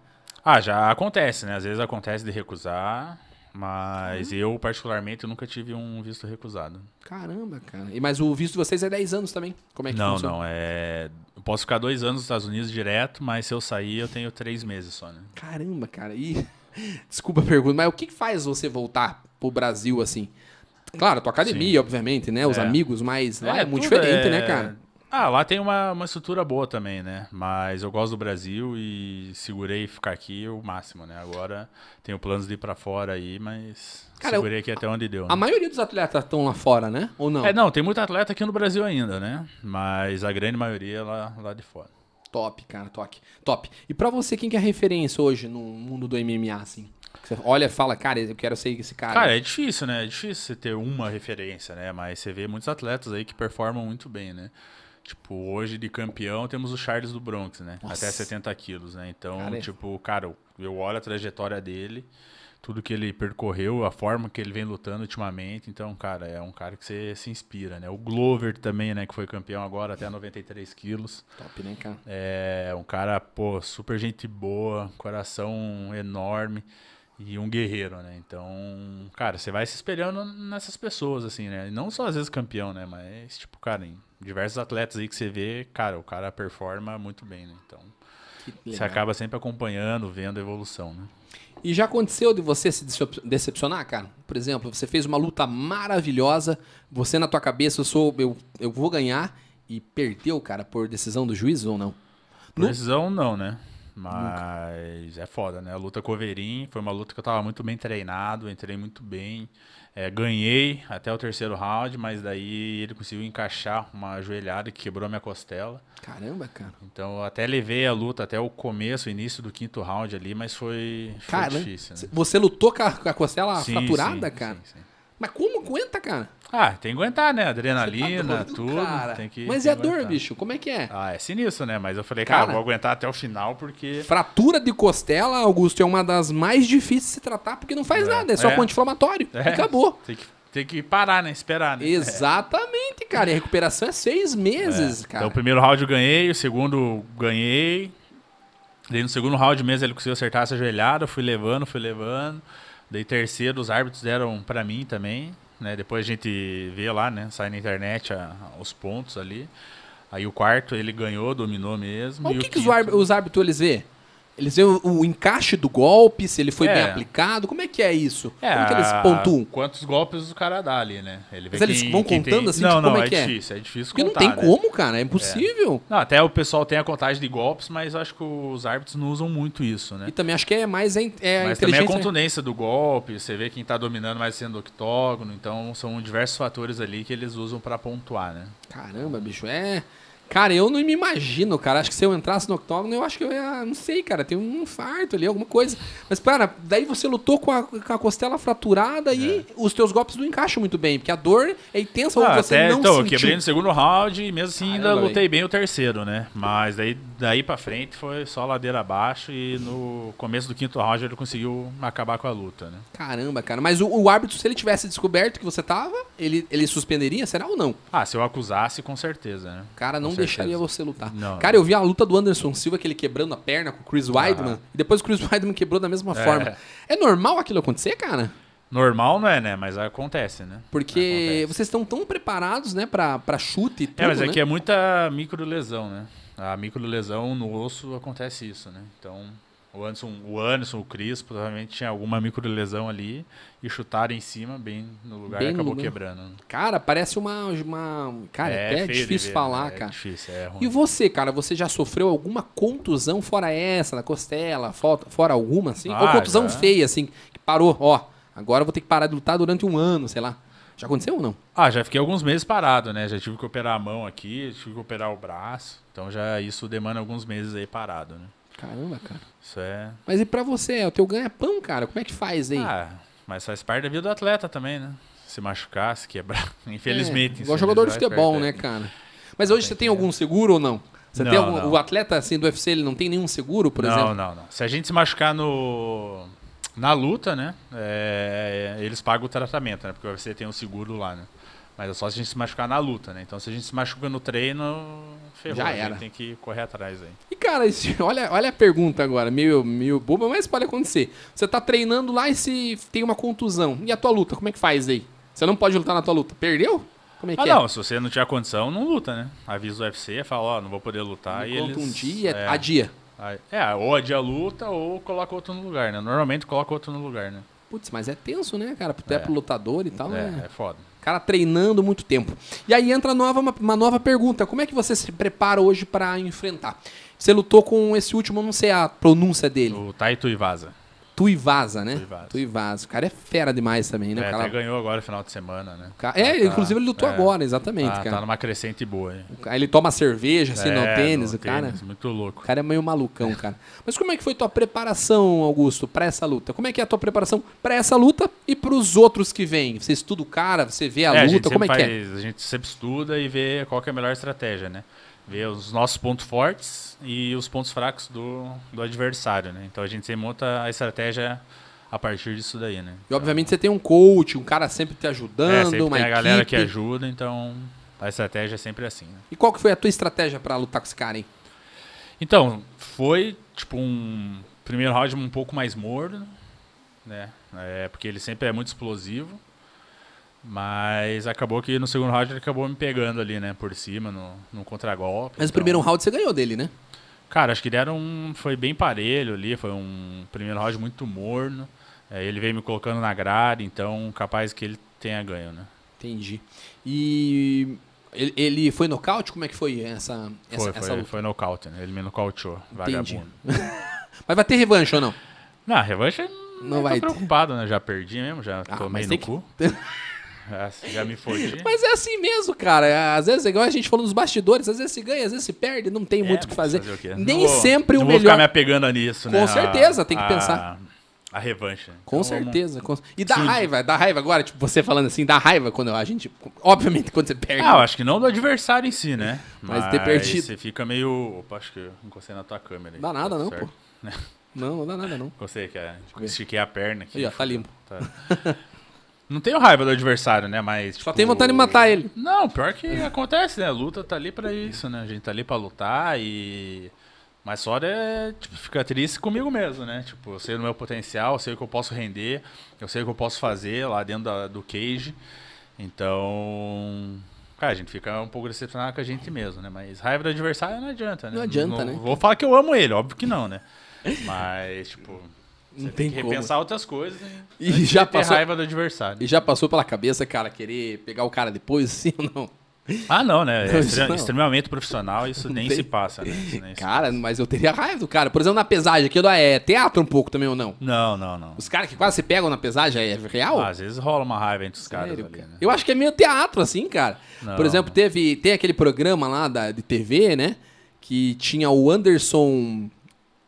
Ah, já acontece, né? Às vezes acontece de recusar,
Hum.
mas eu, particularmente, nunca tive um visto recusado.
Caramba, cara. E- Mas o visto de vocês é 10 anos também. Como é que
não,
funciona?
não. É... Eu posso ficar dois anos nos Estados Unidos direto, mas se eu sair, eu tenho três meses só, né?
Caramba, cara. E desculpa a pergunta, mas o que que faz você voltar pro Brasil assim? Claro, tua academia, obviamente, né? Os
É.
amigos, mas lá é, muito
tudo
diferente,
é-
né, cara?
Ah, lá tem uma, uma estrutura boa também, né? Mas eu gosto do Brasil e segurei ficar aqui o máximo, né? Agora tenho planos de ir pra fora aí, mas
Cara, eu-
segurei aqui até onde deu. né?
A maioria dos atletas estão lá fora, né? Ou não?
É, não, tem muito atleta aqui no Brasil ainda, né? Mas a grande maioria é lá, lá de fora.
Top, cara, toque. Top. E pra você, quem que é referência hoje no mundo do MMA, assim? Que Você olha e fala, cara, eu quero ser esse cara.
Cara, é difícil, né? É difícil você ter uma referência, né? Mas você vê muitos atletas aí que performam muito bem, né? Tipo, hoje de campeão temos o Charles do Bronx, né?
Nossa.
Até 70 quilos, né? Então,
Cara, é-
tipo, cara, eu- eu olho a trajetória dele, tudo que ele percorreu, a forma que ele vem lutando ultimamente. Então, cara, é um cara que você se inspira, né? O Glover também, né? Que foi campeão agora até 93 quilos.
Top, né, cara?
É um cara, pô, super gente boa, coração enorme e um guerreiro, né? Então, cara, você vai se espelhando nessas pessoas, assim, né? E Não só às vezes campeão, né? Mas, tipo, cara, em diversos atletas aí que você vê, cara, o cara performa muito bem, né? Então,
Que
você
legal.
acaba sempre acompanhando, vendo a evolução, né?
E já aconteceu de você se decep- decepcionar, cara? Por exemplo, você fez uma luta maravilhosa, você na tua cabeça, eu sou, eu, eu vou ganhar, e perdeu, cara, por decisão do juiz ou não?
Por decisão, não, né? Mas é foda, né? A luta com o Overeem foi uma luta que eu tava muito bem treinado, entrei muito bem. É, ganhei até o terceiro round, mas daí ele conseguiu encaixar uma ajoelhada que quebrou minha costela.
Caramba, cara.
Então eu até levei a luta até o começo, início do quinto round ali, mas foi, foi
Cara,
difícil, né?
você lutou com a, com a costela
Sim,
fraturada,
sim,
cara?
sim, sim.
Mas como aguenta, cara?
Ah, tem que aguentar, né?
Tá
Adrenalina,
doido,
tudo.
cara.
Tem que,
Mas e
tem
a
que
dor,
aguentar.
bicho? Como é que é?
Ah, é sinistro, né? Mas eu falei, cara,
Cara.
vou aguentar até o final porque.
Fratura de costela, Augusto, é uma das mais difíceis de se tratar, porque não faz
É.
nada, é só
É.
anti-inflamatório.
É,
E Acabou.
Tem que, tem que parar, né? Esperar, né?
Exatamente, cara. E a recuperação é seis meses, cara.
Então, o primeiro round eu ganhei, o segundo ganhei. Daí no segundo round mesmo ele conseguiu acertar essa joelhada, eu fui levando, fui levando. Daí terceiro, os árbitros deram pra mim também, né? Depois a gente vê lá, né? Sai na internet a- os pontos ali. Aí o quarto ele ganhou, dominou mesmo.
Mas
e
o que, que os,
quinto-
árb- os árbitros eles vê? Eles vê o, o encaixe do golpe, se ele foi
É.
bem aplicado. Como é que é isso?
É,
Como que eles
a-
pontuam?
Quantos golpes o cara dá ali, né? Ele vê
Mas eles vão contando assim,
Não,
tipo,
não,
como é
é,
que é?
difícil, é difícil
Porque
contar,
não tem
né?
como, cara. É impossível.
Não, até o pessoal tem a contagem de golpes, mas eu acho que os árbitros não usam muito isso, né?
E também acho que é mais a in- é a
mas também a
inteligência.
contundência do golpe, você vê quem tá dominando mais sendo octógono, então são diversos fatores ali que eles usam pra pontuar, né?
Caramba, bicho, é. Cara, eu não me imagino, cara. Acho que se eu entrasse no octógono, eu acho que eu ia. Não sei, cara. Tem um infarto ali, alguma coisa. Mas, cara, daí você lutou com a, com a costela fraturada e os teus golpes não encaixam muito bem, porque a dor é intensa ou
É. Ah,
você
até,
não
então, eu
sentiu.
quebrei no segundo round e mesmo assim ainda
Caramba,
lutei bem o terceiro, né? Mas daí, daí pra frente foi só ladeira abaixo e no começo do quinto round ele conseguiu acabar com a luta, né?
Caramba, cara. Mas o, o árbitro, se ele tivesse descoberto que você tava, ele, ele suspenderia, será ou não?
Ah, se eu acusasse, com certeza, né?
O cara
Com
não
certeza.
deixaria você lutar.
Não. Ah.
Cara, eu vi a luta do Anderson Silva, que ele quebrando a perna com o Chris Weidman, e depois o Chris Weidman quebrou da mesma forma. É normal aquilo acontecer, cara?
Normal não é, né? Mas acontece, né?
Porque
Acontece.
vocês estão tão preparados, né, pra, pra chute e tudo,
É, mas
né?
é que é muita microlesão, né? A microlesão no osso acontece isso, né? Então, o Anderson, o, Anderson, o Cris, provavelmente tinha alguma microlesão ali e chutaram em cima, bem no lugar
Bem
e
no
acabou
lugar.
quebrando. né?
Cara, parece uma... uma... Cara, é, até é
feio de
difícil
ver,
falar,
né? É
cara.
difícil, é ruim.
E você, cara, você já sofreu alguma contusão fora essa, na costela, fo- fora alguma, assim? Ou
Ah,
contusão
já.
feia, assim, que parou, ó, agora eu vou ter que parar de lutar durante um ano, sei lá. Já aconteceu ou não?
Ah, já fiquei alguns meses parado, né? Já tive que operar a mão aqui, tive que operar o braço. Então já isso demanda alguns meses aí parado, né?
Caramba, cara.
Isso é.
Mas e pra você? O teu ganha-pão, cara? Como é que faz, hein?
Ah, mas faz parte da vida do atleta também, né? Se machucar, se quebrar. Infelizmente.
É,
isso
igual jogador de
vai
futebol,
perder.
né, cara? Mas hoje você tem algum seguro ou não? Você tem
Não,
algum,
não.
O atleta assim, do UFC, ele não tem nenhum seguro, por
não,
exemplo?
não, não. Se a gente se machucar no, na luta, né? é, eles pagam o tratamento, né? Porque o UFC tem um seguro lá, né? Mas é só se a gente se machucar na luta, né? Então se a gente se machuca no treino, ferrou.
Já
a gente
era.
tem que correr atrás aí.
E, cara, esse- olha, olha a pergunta agora, meio, meio boba, mas pode acontecer. Você tá treinando lá e se tem uma contusão. E a tua luta, como é que faz aí? Você não pode lutar na tua luta. Perdeu? Como é que
Ah,
é?
não, se você não tiver condição, não luta, né? Avisa o UFC, fala, ó, não vou poder lutar.
Me
e
conta
eles,
um dia,
é,
adia.
aí- é, ou adia a luta ou coloca outro no lugar, né? Normalmente coloca outro no lugar, né?
Putz, mas é tenso, né, cara? Até pro lutador e tal. né?
É, é foda.
O cara treinando muito tempo. E aí entra nova, uma, uma nova pergunta. Como é que você se prepara hoje pra enfrentar? Você lutou com esse último, eu não sei a pronúncia dele.
O Taito Ivaza.
Tuivasa, né?
Tuivasa.
Tuivasa. O cara é fera demais também, né?
É,
o
até
cara...
ganhou agora final de semana, né?
o cara- É,
Tá-
inclusive ele lutou
é.
agora, exatamente,
Tá,
cara.
tá numa crescente boa, hein?
Aí ele toma cerveja, assim,
É,
no tênis,
no
o cara.
tênis, Muito
O
louco.
cara é meio malucão, cara. Mas como é que foi tua preparação, Augusto, pra essa luta? Como é que é a tua preparação pra essa luta e pros outros que vêm? Você estuda o cara, você vê a
É,
luta,
gente
como é que
sempre
é?
faz- A gente sempre estuda e vê qual que é a melhor estratégia, né? Vê os nossos pontos fortes e os pontos fracos do, do adversário, né? Então a gente sempre monta a estratégia a partir disso daí, né?
E obviamente você tem um coach, um cara sempre te ajudando,
É, sempre
uma
tem a
equipe.
galera que ajuda, então a estratégia é sempre assim, né?
E qual que foi a tua estratégia pra lutar com esse cara, hein?
Então, foi tipo um primeiro round um pouco mais morno, né? É, porque ele sempre é muito explosivo. Mas acabou que no segundo round ele acabou me pegando ali, né? Por cima, no, no contragolpe.
Mas o
então-
primeiro round você ganhou dele, né?
Cara, acho que deram um. Foi bem parelho ali, foi um primeiro round muito morno. É, ele veio me colocando na grade, então capaz que ele tenha ganho, né?
Entendi. E ele, ele foi nocaute? Como é que foi essa, essa,
Foi,
essa
foi,
luta?
foi nocaute, né? Ele me nocauteou,
Entendi.
vagabundo.
Mas vai ter revanche ou não?
Na revanche
Não
não
vai
vai
ter.
preocupado, né? Já perdi mesmo, já
Ah,
tomei
mas
no
tem que-
cu. Ah, já me fodi.
Mas é assim mesmo, cara. Às vezes, é igual a gente falou nos bastidores, às vezes se ganha, às vezes se perde, não tem
É,
muito o que
mas
fazer.
o quê?
Nem
Não vou-
sempre o
não Vou
melhor.
ficar me apegando nisso,
Com
né? A-
certeza, tem que
a-
pensar.
A revanche. né?
Com
Então,
certeza. com- E dá
Sim.
raiva, dá raiva agora, tipo, você falando assim, dá raiva quando a gente. Obviamente, quando você perde.
Ah, eu acho que não do adversário em si, né?
Mas ter perdido.
Você fica meio. Opa, acho que eu encostei na tua câmera. aí.
Dá nada
Tá
não,
certo.
pô. Não, não dá nada, não.
Encostei aqui, é. estiquei a perna aqui.
Aí, ó, tá limpo.
Tá. Não tenho raiva do adversário, né? Mas.
Só tem vontade de matar ele.
Não, pior que acontece, né? A luta tá ali pra isso, né? A gente tá ali pra lutar e. Mas só é, tipo, ficar triste comigo mesmo, né? Tipo, eu sei do meu potencial, eu sei o que eu posso render, eu sei o que eu posso fazer lá dentro da- do cage. Então. Cara, a gente fica um pouco decepcionado com a gente mesmo, né? Mas raiva do adversário não adianta, né?
Não adianta, né?
Vou falar que eu amo ele, óbvio que não, né? Mas, tipo. Você
Não
tem,
tem
que
como.
repensar outras coisas. né?
E
Antes de
já
ter
passou-
raiva do adversário.
E já passou pela cabeça, cara, querer pegar o cara depois, sim ou não?
Ah, não, né? É
Não, isso
extre-
não.
extremamente profissional, isso nem
tem.
se passa, né? Isso nem se-
Cara, mas eu teria raiva do cara. Por exemplo, na pesagem aqui, do- é teatro um pouco também ou não?
Não, não, não.
Os caras que quase se pegam na pesagem é real?
Ah, às vezes rola uma raiva entre os caras
Sério,
ali,
cara.
né?
Eu acho que é meio teatro, assim, cara.
Não.
Por exemplo, teve, tem aquele programa lá da, de TV, né? Que tinha o Anderson.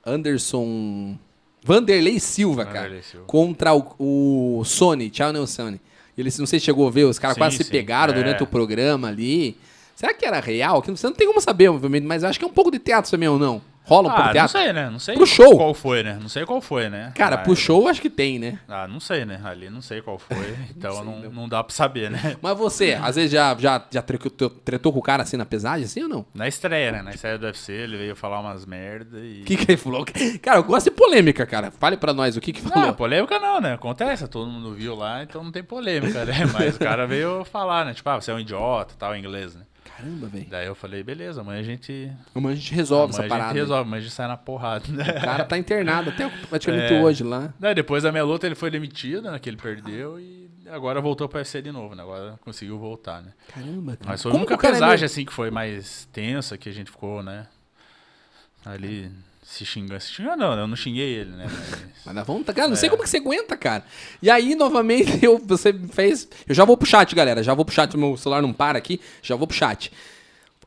Anderson. Vanderlei Silva, cara.
Vanderlei Silva.
Contra o, o Sony, Tchau Sony. Eles, não sei se chegou a ver, os caras
Sim,
quase se
sim,
pegaram
é.
durante o programa ali. Será que era real? Que não, sei, não tem como saber, obviamente, mas eu acho que é um pouco de teatro também ou não. Rola um pouco
Ah,
de
não
teatro.
sei, né? Não sei
Pro show.
qual foi, né? Não sei qual foi, né?
Cara,
Mas-
puxou, acho que tem, né?
Ah, não sei, né? Ali não sei qual foi, então não,
sei, não.
não dá pra saber, né?
Mas você, às vezes já, já, já tretou, tretou com o cara assim na pesagem, assim ou não?
Na estreia, né? Na estreia do UFC, ele veio falar umas merda e...
O que, que ele falou? Cara, eu gosto de polêmica, cara. Fale pra nós o que que
Não,
falou.
polêmica não, né? Acontece, todo mundo viu lá, então não tem polêmica, né? Mas o cara veio falar, né? Tipo, ah, você é um idiota, tal, em inglês, né?
Caramba, velho.
Daí eu falei, beleza, amanhã a gente
Amanhã a gente resolve
Amanhã
essa parada.
A gente resolve, mas a gente sai na porrada.
O cara tá internado até praticamente
É.
hoje lá.
Daí, depois da minha luta ele foi demitido, né? Que ele perdeu e agora voltou pro UFC de novo, né? Agora conseguiu voltar, né?
Caramba, cara.
Mas foi
Como
a única
que o cara é
pesagem,
meio-
assim, que foi mais tensa, que a gente ficou, né? Ali se xingando. Se xingando não, né? Eu não xinguei ele, né? Mas-
Mas dá vontade.
É.
Cara, não sei como que você aguenta, cara. E aí, novamente, eu, você fez. Eu já vou pro chat, galera. Já vou pro chat. Meu celular não para aqui. Já vou pro chat.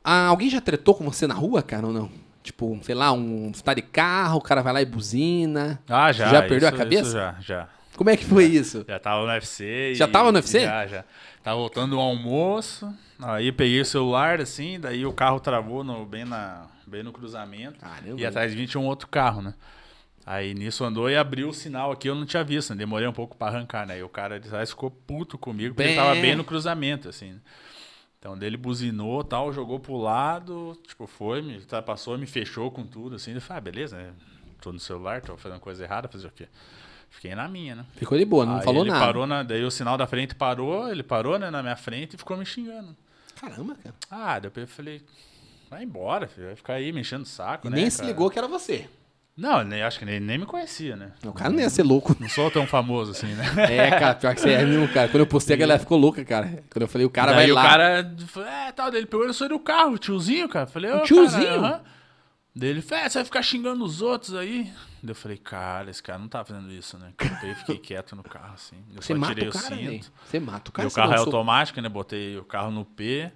Ah, alguém já tretou com você na rua, cara, ou não? Tipo, sei lá, um. Você tá de carro, o cara vai lá e buzina.
Ah, já.
Já perdeu a cabeça?
Isso já, já.
Como é que foi isso?
Já tava no UFC. e-
Já tava no UFC?
Já, já. Tava voltando ao almoço. Aí peguei o celular, assim, daí o carro travou no- bem, na, bem no cruzamento.
Caramba.
E atrás de mim tinha um outro carro, né? Aí nisso andou e abriu o sinal aqui, eu não tinha visto, né? demorei um pouco pra arrancar, né? E o cara de trás ficou puto comigo, porque
Bem.
ele tava bem no cruzamento, assim. né? Então dele buzinou tal, jogou pro lado, tipo, foi, me ultrapassou, me fechou com tudo, assim. Eu falei, ah, beleza, né? Tô no celular, tô fazendo coisa errada, fazer o quê? Fiquei na minha, né?
Ficou de boa, não
Aí
falou
ele
nada.
Parou na, daí o sinal da frente parou, ele parou né, na minha frente e ficou me xingando.
Caramba, cara.
Ah, daí eu falei, vai embora, filho, vai ficar aí me enchendo o saco,
E
né?
nem se
cara?
ligou que era você.
Não, ele nem- acho que ele nem me conhecia, né?
O cara não ia ser louco.
Não sou tão famoso assim, né?
É, cara, pior que você é mesmo, cara. Quando eu postei, a galera ficou louca, cara. Quando eu falei, o cara
Daí
vai
o
lá.
cara, falou, é, tal, dele pegou, eu sou do carro, tiozinho, cara. Falei, ô,
Tiozinho?
Cara, aham. Daí ele, falou, é, você vai ficar xingando os outros aí. Daí eu falei, cara, esse cara não tá fazendo isso, né? Daí eu fiquei quieto no carro, assim. Eu
Você
só
mata
tirei
o cara,
o cinto.
velho. Você mata o cara.
Meu
você
carro é
lançou-
automático, né? Botei o carro no P.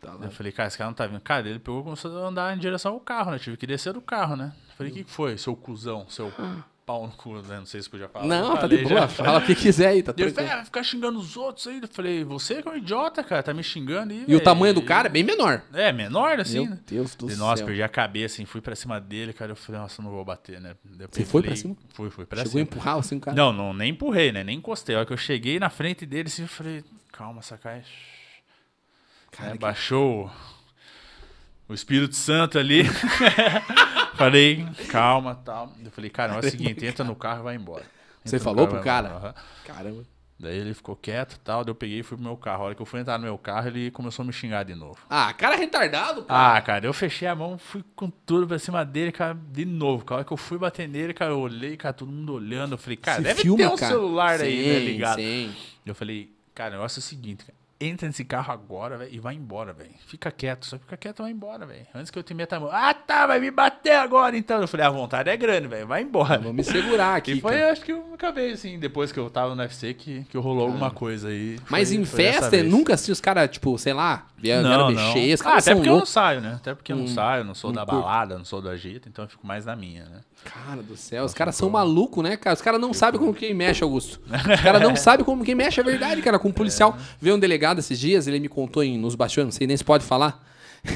Tá lá.
Eu falei, cara, esse cara não tá vindo. Cara, ele pegou e começou a andar em direção ao carro, né? Tive que descer do carro, né? Falei, o que que foi, seu cuzão, seu pau no cu, né? Não sei se podia falar.
Não,
Eu
tá de
falei
boa.
já.
Fala o que quiser aí, tá
Ele
tranquilo.
falou, "É, vai ficar xingando os outros aí. Eu falei, você que é um idiota, cara, tá me xingando aí.
E o
velho."
tamanho do cara é bem menor.
É, menor assim,
Meu
né?
Deus do
E,
céu.
nossa, perdi a cabeça, assim, fui pra cima dele, cara. Eu falei, nossa, não vou bater, né? Depois
Você
eu
foi pra
falei,
cima?
Fui, fui pra
Chegou a
cima.
empurrar assim o cara.
Não, não, nem empurrei, né? Nem encostei. A hora que eu cheguei na frente dele, assim, eu falei, calma, Sakai.
Cara,
Né,
que-
Baixou o- o Espírito Santo ali. falei, calma, tal. Eu falei, cara, é o seguinte, entra no carro e vai embora.
Você
Entra no
falou
carro e
pro
vai embora.
cara?
Aham.
Caramba.
Daí ele ficou quieto e tal, daí eu peguei e fui pro meu carro. A hora que eu fui entrar no meu carro, ele começou a me xingar de novo.
Ah, cara retardado, pô.
Ah, cara, eu fechei a mão, fui com tudo pra cima dele, cara, de novo. Cara, a hora que eu fui bater nele, cara, eu olhei, cara, todo mundo olhando. Eu falei, cara,
Se
deve
filma,
ter um
cara.
celular aí, né,
Sim,
ligado?
Sim.
Eu falei, cara, o negócio é o seguinte, cara. Entra nesse carro agora, velho, e vai embora, velho. Fica quieto, só fica quieto e vai embora, velho. Antes que eu te meta a mão. Ah, tá, vai me bater agora, então. Eu falei, a vontade é grande, velho, vai embora.
Vamos me segurar aqui,
E foi,
cara.
acho que eu acabei, assim, depois que eu tava no UFC, que, que rolou alguma coisa aí.
Ah. Mas
Foi-
em
foi dessa
festa,
vez.
nunca assisti os caras, tipo, sei lá, vieram vieram
Não, não.
mexer. Os
Ah,
caras
até
são
porque eu não
loucos. Um
saio, né? Até porque eu não saio, não sou
não
da
curto.
balada, não sou do agito, então eu fico mais na minha, né?
Cara do céu, os caras são malucos, né, cara? Os caras não sabem como quem mexe, Augusto. Os caras não sabem como quem mexe, é verdade, cara. Com um policial,
É.
veio um delegado esses dias, ele me contou em, nos bastidores, não sei nem se pode falar.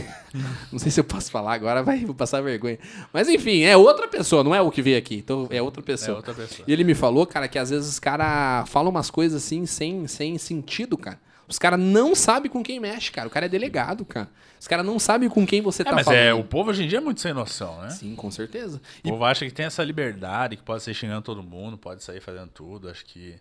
não sei se eu posso falar agora, vai, vou passar vergonha. Mas enfim, é outra pessoa, não é o que veio aqui. Então, é outra
É
pessoa.
outra pessoa.
E ele me falou, cara, que às vezes os caras falam umas coisas assim, sem, sem sentido, cara. Os caras não sabem com quem mexe, cara. O cara é delegado, cara. Os caras não sabem com quem você
É,
tá
mas
falando.
é, o povo hoje em dia é muito sem noção, né?
Sim, com certeza.
O povo acha que tem essa liberdade, que pode sair xingando todo mundo, pode sair fazendo tudo. Acho que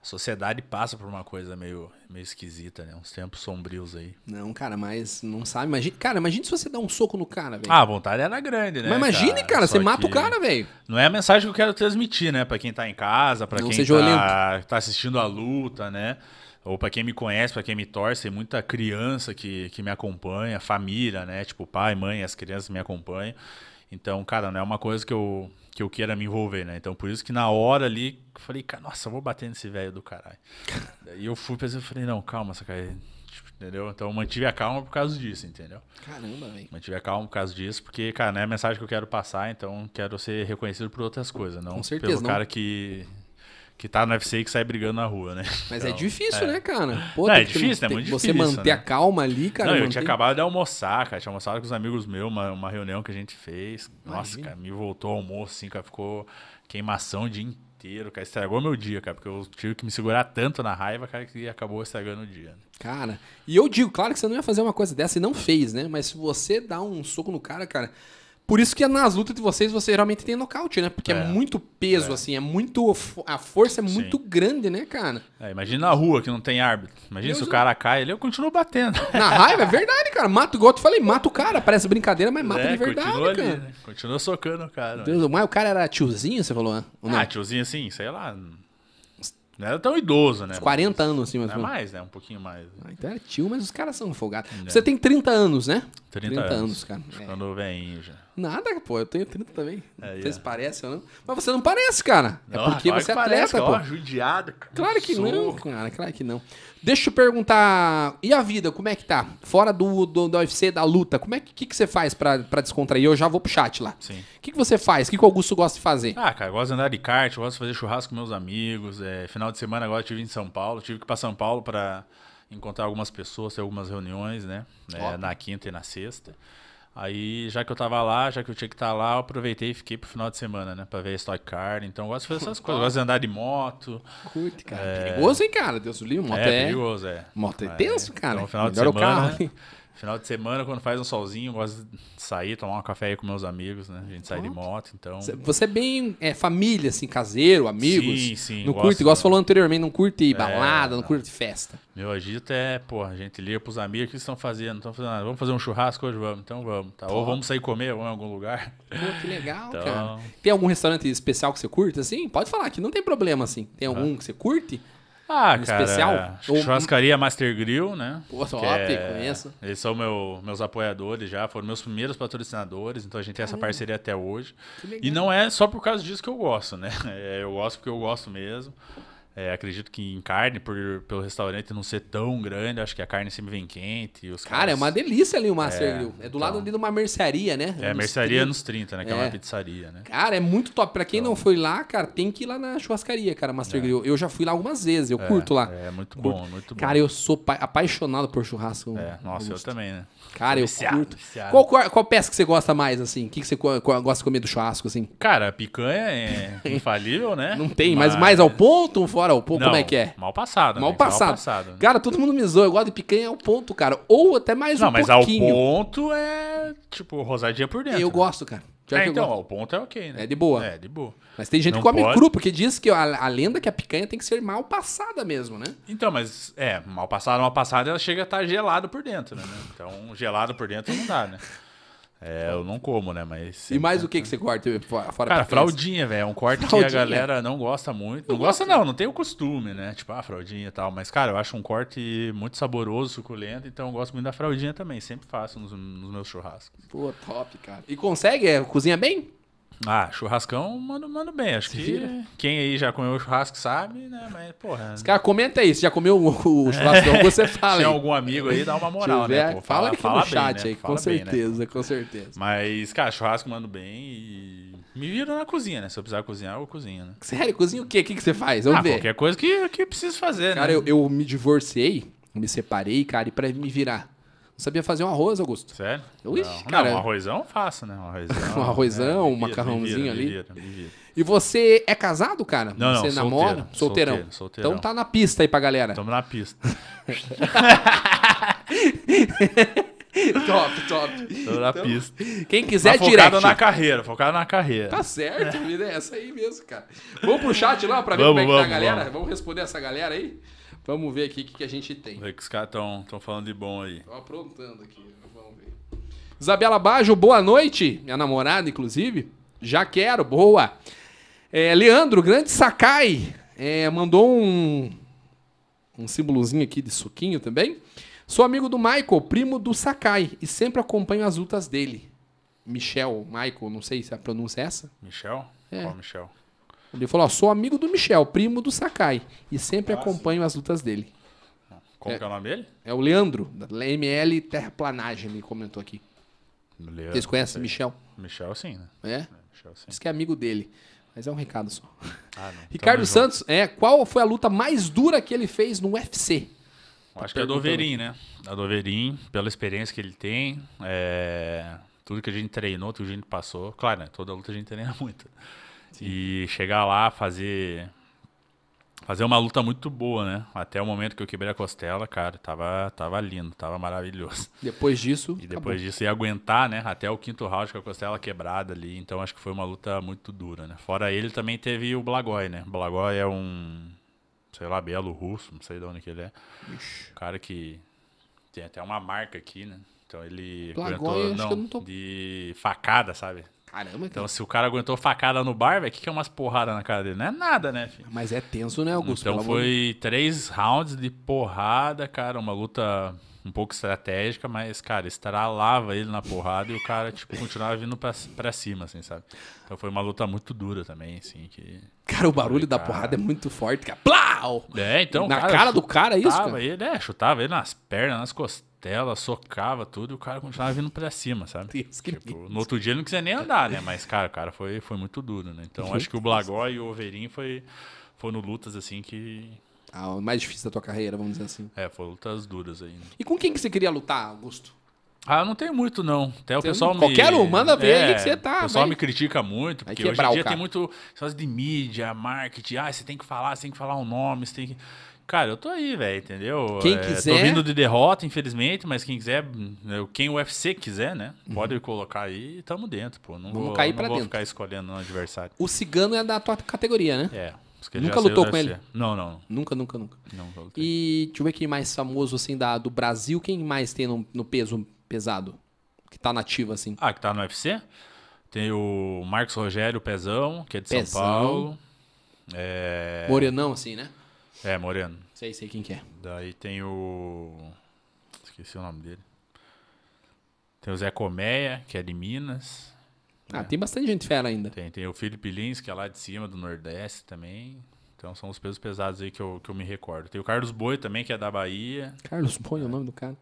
a sociedade passa por uma coisa meio, meio esquisita, né? Uns tempos sombrios aí.
Não, cara, mas não sabe. Imagina, cara, imagina se você dá um soco no cara, velho.
Ah, a vontade era grande, né?
mas imagine, cara,
Só
você mata o
que
cara, velho.
Não é a mensagem que eu quero transmitir, né? Pra quem tá em casa, pra
Não
quem
seja
tá, tá assistindo a luta, né? Ou pra quem me conhece, pra quem me torce, tem muita criança que, que me acompanha, família, né? Tipo, pai, mãe, as crianças me acompanham. Então, cara, não é uma coisa que eu, que eu queira me envolver, né? Então, por isso que na hora ali, eu falei, cara, nossa, eu vou bater nesse velho do caralho. Daí eu fui pensando, falei, não, calma, essa cara. Entendeu? Então, eu mantive a calma por causa disso, entendeu?
Caramba, velho.
Mantive a calma por causa disso, porque, cara, não é a mensagem que eu quero passar, então quero ser reconhecido por outras coisas, não
Com certeza,
pelo
não.
cara que, que tá no UFC e que sai brigando na rua, né?
Mas é
Então,
difícil, né, cara? Pô,
Não,
tem
é
que
difícil,
man-
é muito
tem- Você
difícil,
manter
né?
a calma ali, cara.
não, eu
manter-
tinha acabado de almoçar, cara. Tinha almoçado com os amigos meus, uma, uma reunião que a gente fez. Nossa,
Imagina.
cara, me voltou ao almoço, assim, cara. Ficou queimação o dia inteiro, cara. Estragou meu dia, cara. Porque eu tive que me segurar tanto na raiva, cara, que acabou estragando o dia. né?
Cara, e eu digo, claro que você não ia fazer uma coisa dessa e não fez, né? Mas se você dá um soco no cara, cara. Por isso que é nas lutas de vocês, você geralmente tem nocaute, né? Porque é,
É.
muito peso, assim, é muito. fo- A força é muito grande, né, cara?
É, imagina na rua que não tem árbitro. Imagina
Deus
se o
do-
cara cai ali, eu continuo batendo.
Na raiva, é verdade, cara. Mata, igual eu te falei, mata o cara. Parece brincadeira, mas mata
É,
de verdade,
continua
cara.
ali, né? Continua socando o cara. Ah, né?
Deus, mas o cara era tiozinho, você falou? né? Ou não?
Ah, tiozinho assim, sei lá. Não era tão idoso, né?
Uns 40 anos, assim, mais ou
Mas é
menos.
mais, né? Um pouquinho mais.
Ah, então era tio, mas os caras são folgados. Você tem 30 anos, né?
30
anos,
anos.
cara. É.
Ficando veinho já.
Nada, pô, eu tenho 30 também.
Aí,
Vocês
ó.
parecem ou não? Mas você não parece, cara. É
Não,
porque
claro
você é
que
atleta,
parece,
pô.
Ó, judiado, cara.
Claro que
Sou.
não, cara, claro que não. Deixa eu perguntar, e a vida, como é que tá? Fora do, do, do UFC, da luta, como é que, que, que você faz pra, pra descontrair? Eu já vou pro chat lá.
Sim.
O que, que você faz? O que, que o Augusto gosta de fazer?
Ah, cara, eu gosto de andar de kart, eu gosto de fazer churrasco com meus amigos. é, final de semana agora eu tive em São Paulo, tive que ir pra São Paulo pra encontrar algumas pessoas, ter algumas reuniões, né? É,
Top.
na quinta e na sexta. Aí, já que eu tava lá, já que eu tinha que estar lá, eu aproveitei e fiquei pro final de semana, né? Pra ver Stock Car. Então, eu gosto de fazer essas coisas. Eu gosto de andar de moto.
Curte, cara. Perigoso, hein, cara? Deus do livro, moto
é,
é...
perigoso, é.
Moto é tenso, cara.
Então, final de
Melhora o
semana.
carro, hein?
final de semana, quando faz um solzinho, eu gosto de sair, tomar um café aí com meus amigos, né? A gente sai de moto, então.
Cê- Você é bem é, família, assim, caseiro, amigos.
Sim, sim,
Não
gosto, É,
curte, igual você
né?
falou anteriormente, não curte balada, não curte festa.
Meu agito é, porra, a gente liga pros amigos, o que vocês estão fazendo? Não estão fazendo nada. Vamos fazer um churrasco hoje? Vamos, então vamos. Tá? Ou vamos sair comer, vamos em algum lugar.
Pô, que legal,
Então-
cara. Tem algum restaurante especial que você curte, assim? Pode falar que não tem problema, assim. Tem algum que você curte?
Ah,
Um
cara.
especial?
acho que
Ou-
Churrascaria Master Grill, né?
Pô, top,
Que
conheço.
Eles são meu, meus apoiadores já, foram meus primeiros patrocinadores, então a gente tem essa parceria até hoje.
Que legal.
E não é só por causa disso que eu gosto, né? É, eu gosto porque eu gosto mesmo. É, acredito que em carne, por, pelo restaurante não ser tão grande, acho que a carne sempre vem quente. e os
Cara, é
caras-
uma delícia ali o Master
É,
Grill. É do
então.
lado ali de uma mercearia, né?
É,
Uns
mercearia
30.
Então. nos 30, né? Que é,
É.
uma pizzaria, né?
Cara, é muito top. Pra quem não foi lá, cara, tem que ir lá na churrascaria, cara, Master Grill. Eu já fui lá algumas vezes, eu curto lá.
É, muito
Curto.
bom, muito bom.
Cara, eu sou pa- apaixonado por churrasco.
É, nossa, eu também, né?
Cara, eu
Viciado,
curto.
viciado.
Qual, qual, qual peça que você gosta mais, assim? O que, que você co- co- gosta de comer do churrasco, assim?
Cara, a picanha é infalível, né?
Não tem, mas, mais ao ponto ou fora ao ponto?
Não,
Como é que é?
Mal passado.
Mal
né? Isso é
passado.
passado.
Cara, todo mundo me zoa. Eu gosto de picanha ao ponto, cara. Ou até mais
Não,
um
mas
pouquinho.
ao ponto é, tipo, rosadinha por dentro.
Eu
né?
gosto, cara. Pior
É,
que eu
então,
gosto.
ao ponto é ok, né?
É de boa.
É, de boa.
Mas tem gente
Não
que come
pode.
cru, porque diz que a, a lenda é que a picanha tem que ser mal passada mesmo, né?
Então, mas, é, mal passada, mal passada, ela chega a estar gelada por dentro, né? Então, gelado por dentro não dá, né? É, eu não como, né? Mas...
e mais o que, que você corta fora fora
Cara,
a picanha?
fraldinha, velho. É um corte
tá Fraldinha.
que a galera não gosta muito. Não gosta, não, não tem o costume, né? Tipo, ah, fraldinha e tal. Mas, cara, eu acho um corte muito saboroso, suculento, então eu gosto muito da fraldinha também. Sempre faço nos, nos meus churrascos.
Pô, top, cara. E consegue? É, cozinha bem?
Ah, churrascão, mano, mano bem. Acho que
vira.
quem aí já comeu churrasco sabe, né? Mas, porra. Se
Cara, comenta aí. Você já comeu o, o churrasco de Augusto? Você fala aí.
tiver É. algum amigo aí, dá uma moral,
tiver,
né? Pô,
fala aqui no
bem,
chat
né?
aí, com
Fala bem, né?
certeza, com certeza.
Mas, cara, churrasco mando bem e. Me viro na cozinha, né? Se eu precisar cozinhar, eu cozinho, né?
Sério, cozinha o quê? O que, que você faz? Vamos
Ah,
ver.
qualquer coisa que, que eu preciso fazer,
Então Cara,
né?
eu, eu me divorciei, me separei, cara, e pra me virar. Não sabia fazer um arroz, Augusto.
Sério?
Ixi,
não.
cara.
Não, um arrozão eu faço, né? Um arrozão. né?
Um arrozão, um
me vira,
macarrãozinho
me vira,
ali.
Me vira, me vira.
E você é casado, cara?
Não, não,
você
solteiro,
namora? Solteirão.
solteiro, solteirão. Então.
Então tá na pista aí pra galera.
Tamo na pista.
top, top.
Tamo na pista.
Quem quiser,
Mas
direct.
Tá focado na carreira, focado na carreira.
Tá certo, vida é essa aí mesmo, cara. Vamos pro chat lá pra ver como
Vamos,
é que
vamos,
tá a galera? Vamos.
vamos.
responder essa galera aí? Vamos ver aqui o que, que a gente tem.
Vê que os caras estão falando de bom aí.
Tô aprontando aqui, vamos ver. Isabela Bajo, boa noite. Minha namorada, inclusive. Já quero, boa. É, Leandro, grande Sakai. é, mandou um, um símbolozinho aqui de suquinho também. Sou amigo do Michael, primo do Sakai, e sempre acompanho as lutas dele. Michel, Michael, não sei se a pronúncia é essa.
Michel?
É.
Qual Michel?
Ele falou, ó, sou amigo do Michel, primo do Sakai, e sempre acompanho as lutas dele.
Como
É.
que é o nome dele?
É o Leandro, da ML Terraplanagem, ele comentou aqui.
Leandro.
Vocês conhecem o Michel?
Michel sim, né?
É?
É, Michel sim.
Diz que é amigo dele. Mas é um recado só.
Ah, não.
Ricardo
Tamo junto.
Santos, é, qual foi a luta mais dura que ele fez no UFC?
Eu Acho que é a Doverin, né? A Doverin, pela experiência que ele tem, é, tudo que a gente treinou, tudo que a gente passou. Claro, né? Toda luta a gente treina muito. E chegar lá, fazer fazer uma luta muito boa, né? Até o momento que eu quebrei a costela, cara, tava, tava lindo, tava maravilhoso.
Depois disso.
E depois disso, ia aguentar, né? Até o quinto round com a costela quebrada ali. Então, acho que foi uma luta muito dura, né? Fora ele, também teve o Blagoy, né? O Blagoy é um, sei lá, belo russo, não sei de onde que ele é. Um cara que tem até uma marca aqui, né? Então, ele
Blagoy,
aguentou,
acho que eu
não,
não tô-
de facada, sabe?
Caramba,
Então, se o cara aguentou facada no bar, velho, o que, que é umas porradas na cara dele? Não é nada, né, filho?
Mas é tenso, né, Augusto?
Então
Pelo amor de-
foi três rounds de porrada, cara. Uma luta um pouco estratégica, mas, cara, estralava ele na porrada e o cara, tipo, continuava vindo pra, pra cima, assim, sabe? Então foi uma luta muito dura também, assim, que...
Cara, o barulho da porrada é muito forte, cara. Plau!
É, então,
Na cara do cara, é isso,
chutava
cara?
Ele, é, chutava ele nas pernas, nas costelas, socava tudo e o cara continuava vindo pra cima, sabe?
Deus, que
Tipo, no outro dia ele não quiser nem andar, né? Mas, cara, o cara foi, foi muito duro, né? Então, acho que o Blagó e o Overin foi, foram lutas, assim, que...
Ah, o mais difícil da tua carreira, vamos dizer assim.
É, foram lutas duras aí. né?
E com quem que você queria lutar, Augusto?
Ah, não tem muito, não. Até o
Tem-
pessoal me- É,
qualquer um, manda ver aí que você tá,
O pessoal
vai-
me critica muito,
Vai
porque hoje
quebrar o
em dia
cara.
tem muito essas de mídia, marketing. Ah, você tem que falar, você tem que falar o nome, você tem que. Cara, eu tô aí, velho, entendeu? É,
Quem
Tô
quiser-
vindo de derrota, infelizmente, mas quem quiser, né, quem o UFC quiser, né? Pode colocar aí e tamo dentro, pô. Não
Uhum. Vamos
vou,
cair
não
pra
vou
dentro.
ficar escolhendo um adversário.
O cigano é da tua categoria, né?
É. os que
Nunca
já saiu
lutou
do
com
UFC.
ele?
Não, não.
Nunca, nunca, nunca.
não, não lutei.
E deixa eu ver quem mais famoso, assim, da, do Brasil. Quem mais tem no, no peso pesado? Que tá nativo, assim.
Ah, que tá no UFC? Tem o Marcos Rogério Pezão, que é de
Pezão.
São Paulo. É,
Morenão, assim, né?
é, Moreno.
Sei, sei quem que é.
Daí tem o. Esqueci o nome dele. Tem o Zé Comeia, que é de Minas. É.
Ah, tem bastante gente fera ainda.
Tem, tem o Felipe Lins, que é lá de cima, do Nordeste também. Então são os pesos pesados aí que eu, que eu me recordo. Tem o Carlos Boi também, que é da Bahia.
Carlos Boi é o nome do cara.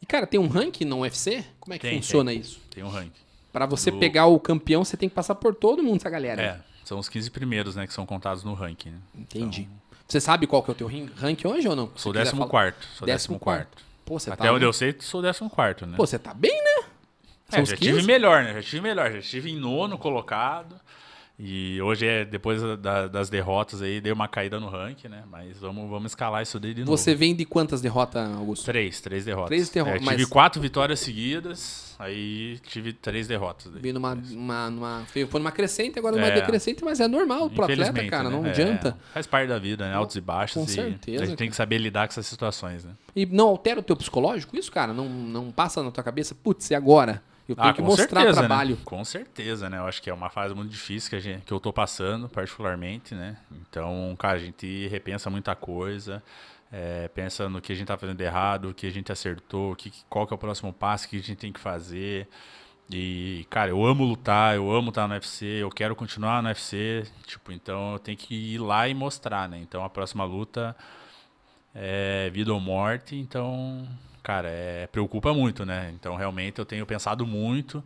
E, cara, tem um ranking no UFC? Como é que
Tem,
funciona isso?
Tem o ranking.
Pra você
Do-
pegar o campeão, você tem que passar por todo mundo, essa galera.
É, são os 15 primeiros, né, que são contados no ranking. né?
Entendi. Você sabe qual que é o teu rin- ranking hoje ou não?
Sou
Se quiser
14
falar.
quarto. Sou
14º.
14 quarto.
Pô, você
Até
tá...
onde eu sei, sou 14 quarto, né?
Pô, você tá bem, né?
É, já tive melhor, né? Já tive melhor. Já estive em nono colocado. E hoje é depois da- das derrotas aí, deu uma caída no ranking, né? Mas vamos, vamos escalar isso daí de novo.
Você vem de quantas derrotas, Augusto?
Três, três derrotas.
Três derrotas,
É, tive
mas-
quatro vitórias seguidas, aí tive três derrotas. daí.
Vem numa, uma, numa, foi foi numa crescente, agora numa
É.
decrescente, mas é normal pro atleta,
Infelizmente,
cara,
né?
não
É,
adianta.
faz parte da vida, né? Altos e baixos.
Com
e
certeza,
A gente tem que saber lidar com essas situações, né?
E não altera o teu psicológico isso, cara? Não, não passa na tua cabeça, putz, e agora? Eu tenho que mostrar
né?
trabalho.
Com certeza, né? Eu acho que é uma fase muito difícil que, a gente, que eu tô passando, particularmente, né? Então, cara, a gente repensa muita coisa, é, pensa no que a gente tá fazendo de errado, o que a gente acertou, o que, qual que é o próximo passo que a gente tem que fazer. E, cara, eu amo lutar, eu amo estar no UFC, eu quero continuar no UFC, tipo, então eu tenho que ir lá e mostrar, né? Então a próxima luta é vida ou morte, então, cara, é, preocupa muito, né? Então, realmente, eu tenho pensado muito,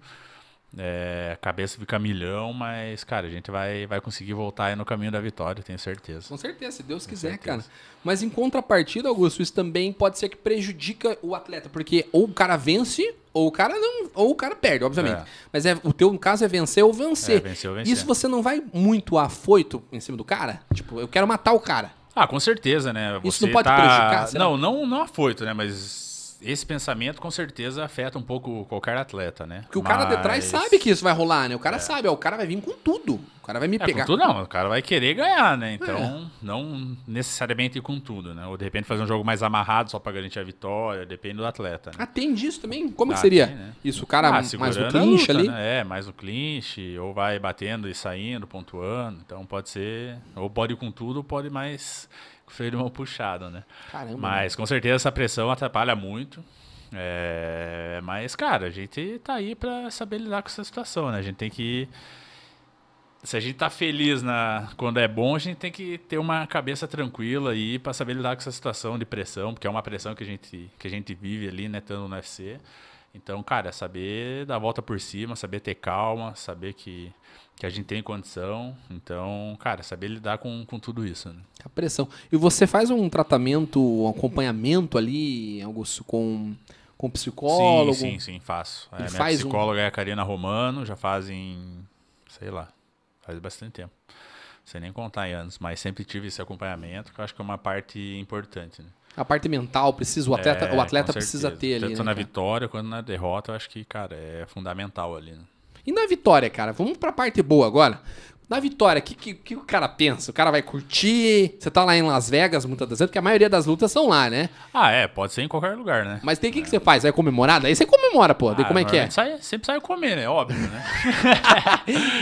é, a cabeça fica a milhão, mas, cara, a gente vai, vai conseguir voltar aí no caminho da vitória, tenho certeza.
Com certeza, se Deus quiser,
certeza.
cara. Mas em contrapartida, Augusto, isso também pode ser que prejudica o atleta, porque ou o cara vence, ou o cara não, ou o cara perde, obviamente.
É.
Mas é, o teu caso é vencer ou
É,
vencer.
venceu, venceu.
Isso você não vai muito afoito em cima do cara? Tipo, eu quero matar o cara.
Ah, com certeza, né?
Isso
Você
não pode
tá-
prejudicar, será?
Não, não, não afoito, né? Mas esse pensamento com certeza afeta um pouco qualquer atleta, né?
Porque o cara de trás
Mas-
sabe que isso vai rolar, né? O cara sabe, ó, o cara vai vir com tudo. O cara vai me
É,
pegar. É.
com tudo não, o cara vai querer ganhar, né? Então, não necessariamente com tudo, né? Ou de repente fazer um jogo mais amarrado só pra garantir a vitória, depende do atleta, né?
Ah, tem disso também? Como
Ah,
que seria?
tem, né?
Isso, o cara mais
segurando
no
a
clinch
luta,
ali.
né? É, mais no clinch, ou vai batendo e saindo, pontuando. Então pode ser, ou pode ir com tudo, ou pode ir mais com o freio de mão puxado, né?
Caramba.
Mas com certeza essa pressão atrapalha muito. É, mas, cara, a gente tá aí pra saber lidar com essa situação, né? A gente tem que. Se a gente tá feliz na, quando é bom, a gente tem que ter uma cabeça tranquila aí pra saber lidar com essa situação de pressão, porque é uma pressão que a gente, que a gente vive ali, né, estando no UFC. Então, cara, é saber dar a volta por cima, saber ter calma, saber que, que a gente tem condição. Então, cara, saber lidar com, com tudo isso, né?
A pressão. E você faz um tratamento, um acompanhamento ali, Augusto, com, com psicólogo?
Sim, sim, sim, faço. É,
Ele
minha
faz um-
psicóloga é a Karina Romano, já fazem, sei lá, faz bastante tempo. Sem nem contar em anos, mas sempre tive esse acompanhamento, que eu acho que é uma parte importante, né?
A parte mental precisa, o atleta,
É,
o atleta
com
precisa ter
certeza.
ali.
Tanto
né,
na
cara?
vitória quanto na derrota, eu acho que, cara, é fundamental ali, né?
E na vitória, cara, vamos pra parte boa agora. Na vitória, o que, que, que o cara pensa? O cara vai curtir? Você tá lá em Las Vegas muitas das vezes, porque a maioria das lutas são lá, né?
Ah, é, pode ser em qualquer lugar, né?
Mas tem o que, que você faz? Vai comemorar? Daí você comemora, pô. Daí
Ah,
como é que é?
normalmente sai- sempre sai comer, né? Óbvio, né?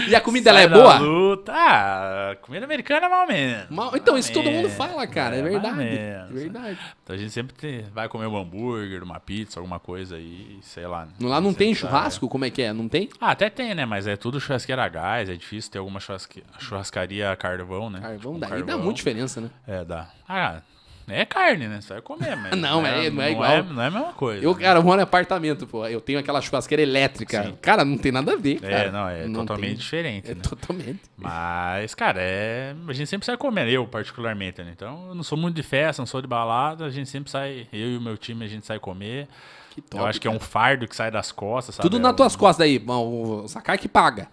E a comida ela
Sai
é
na
boa?
Luta. Ah, comida americana mal menos.
Mal- Então, isso
Mal
todo mundo
menos,
fala, cara. É
mal
verdade. É
menos.
verdade.
Então a gente sempre tem- vai comer um hambúrguer, uma pizza, alguma coisa aí, sei lá. né?
Lá não
Sempre
tem
tá-
churrasco? Como é que é? Não tem?
Ah, até tem, né? Mas é tudo churrasqueira a gás, é difícil ter alguma churrasque- churrascaria a carvão, né? Tipo,
Carvão
um
daí dá muita diferença, né?
É, dá. Ah, é carne, né? Você vai comer, mas.
Não, é- não é igual.
não é a mesma coisa.
Eu,
né?
cara, eu moro em apartamento, pô. Eu tenho aquela churrasqueira elétrica. Cara, não tem nada a ver, cara.
É, não, é totalmente
tem.
diferente.
É
né?
totalmente.
Mas, cara, é... a gente sempre sai comer, eu particularmente, né? Então, eu não sou muito de festa, não sou de balada, a gente sempre sai, eu e o meu time, a gente sai comer.
Que top.
eu acho que é um fardo que sai das costas, sabe?
Tudo
É
nas
um-
tuas costas aí. Bom, o Sakai que paga.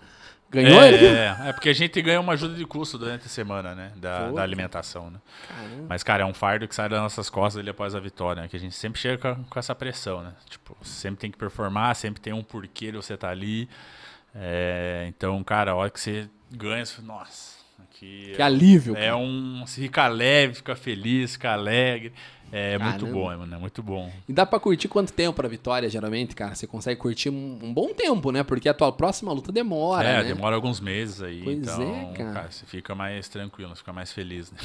Ganhou ele?
É, é, é porque a gente ganha uma ajuda de custo durante a semana, né? Da,
Pô.
da alimentação, né?
Caramba.
Mas, cara, é um fardo que sai das nossas costas ali após a vitória, né? Que a gente sempre chega com, com essa pressão, né? Tipo, sempre tem que performar, sempre tem um porquê de você tá ali. É, então, cara, a hora que você ganha, você fala, nossa, aqui
Que alívio.
é
cara.
um. Você fica leve, fica feliz, fica alegre. É muito
Caramba.
bom, é, mano. É muito bom.
E dá pra curtir quanto tempo pra vitória, geralmente, cara? Você consegue curtir um, um bom tempo, né? Porque a tua próxima luta demora,
é,
né?
demora alguns meses aí.
Pois
então,
é, cara.
você fica mais tranquilo, você fica mais feliz, né?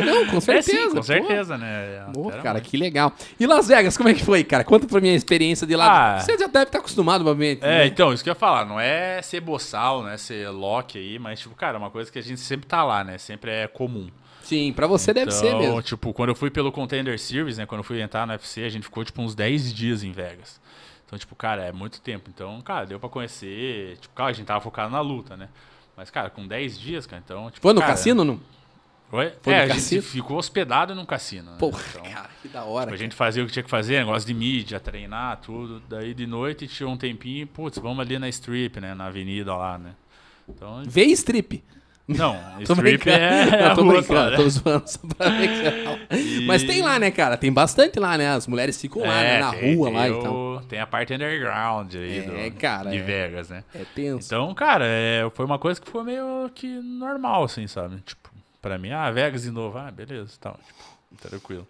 É, não, com certeza.
é, sim, com
pô.
certeza, né?
Pô,
Altera
cara,
muito.
que legal. E Las Vegas, como é que foi, cara? Conta pra mim a experiência de lá.
Ah.
Você já deve estar acostumado, obviamente.
É,
né?
então, isso que eu ia falar, não é ser boçal, né? Ser Loki aí, mas, tipo, cara, é uma coisa que a gente sempre tá lá, né? Sempre é comum.
Sim, pra você deve
então,
ser mesmo.
tipo, quando eu fui pelo Contender Series, né? Quando eu fui entrar no UFC, a gente ficou, tipo, uns 10 dias em Vegas. Então, tipo, cara, é muito tempo. Então, cara, deu pra conhecer. Tipo, cara, a gente tava focado na luta, né? Mas, cara, com 10 dias, cara, então. Tipo,
Foi no
cara,
cassino? Não?
Foi,
Foi
é,
no
a gente
cassino?
ficou hospedado num cassino. né?
Porra,
Então,
cara, que da hora.
a gente fazia o que tinha que fazer, negócio de mídia, treinar, tudo. Daí de noite tinha um tempinho, putz, vamos ali na strip, né? Na avenida lá, né? Então.
cara. Vê strip.
Não,
Tô
strip
brincando.
é. é a
não, tô
rua só,
brincando,
né?
tô zoando só pra ver que você-
E-
Mas tem lá, né, cara? Tem bastante lá, né? As mulheres ficam lá, né?
É,
Na
tem-
rua
tem
lá
o-
e tal.
Tem a parte underground aí
É,
do,
cara,
de
é.
Vegas, né?
É tenso.
Então, cara, é, foi uma coisa que foi meio que normal, assim, sabe? Tipo, pra mim, ah, Vegas de novo, ah, beleza, tal. Tipo, tranquilo.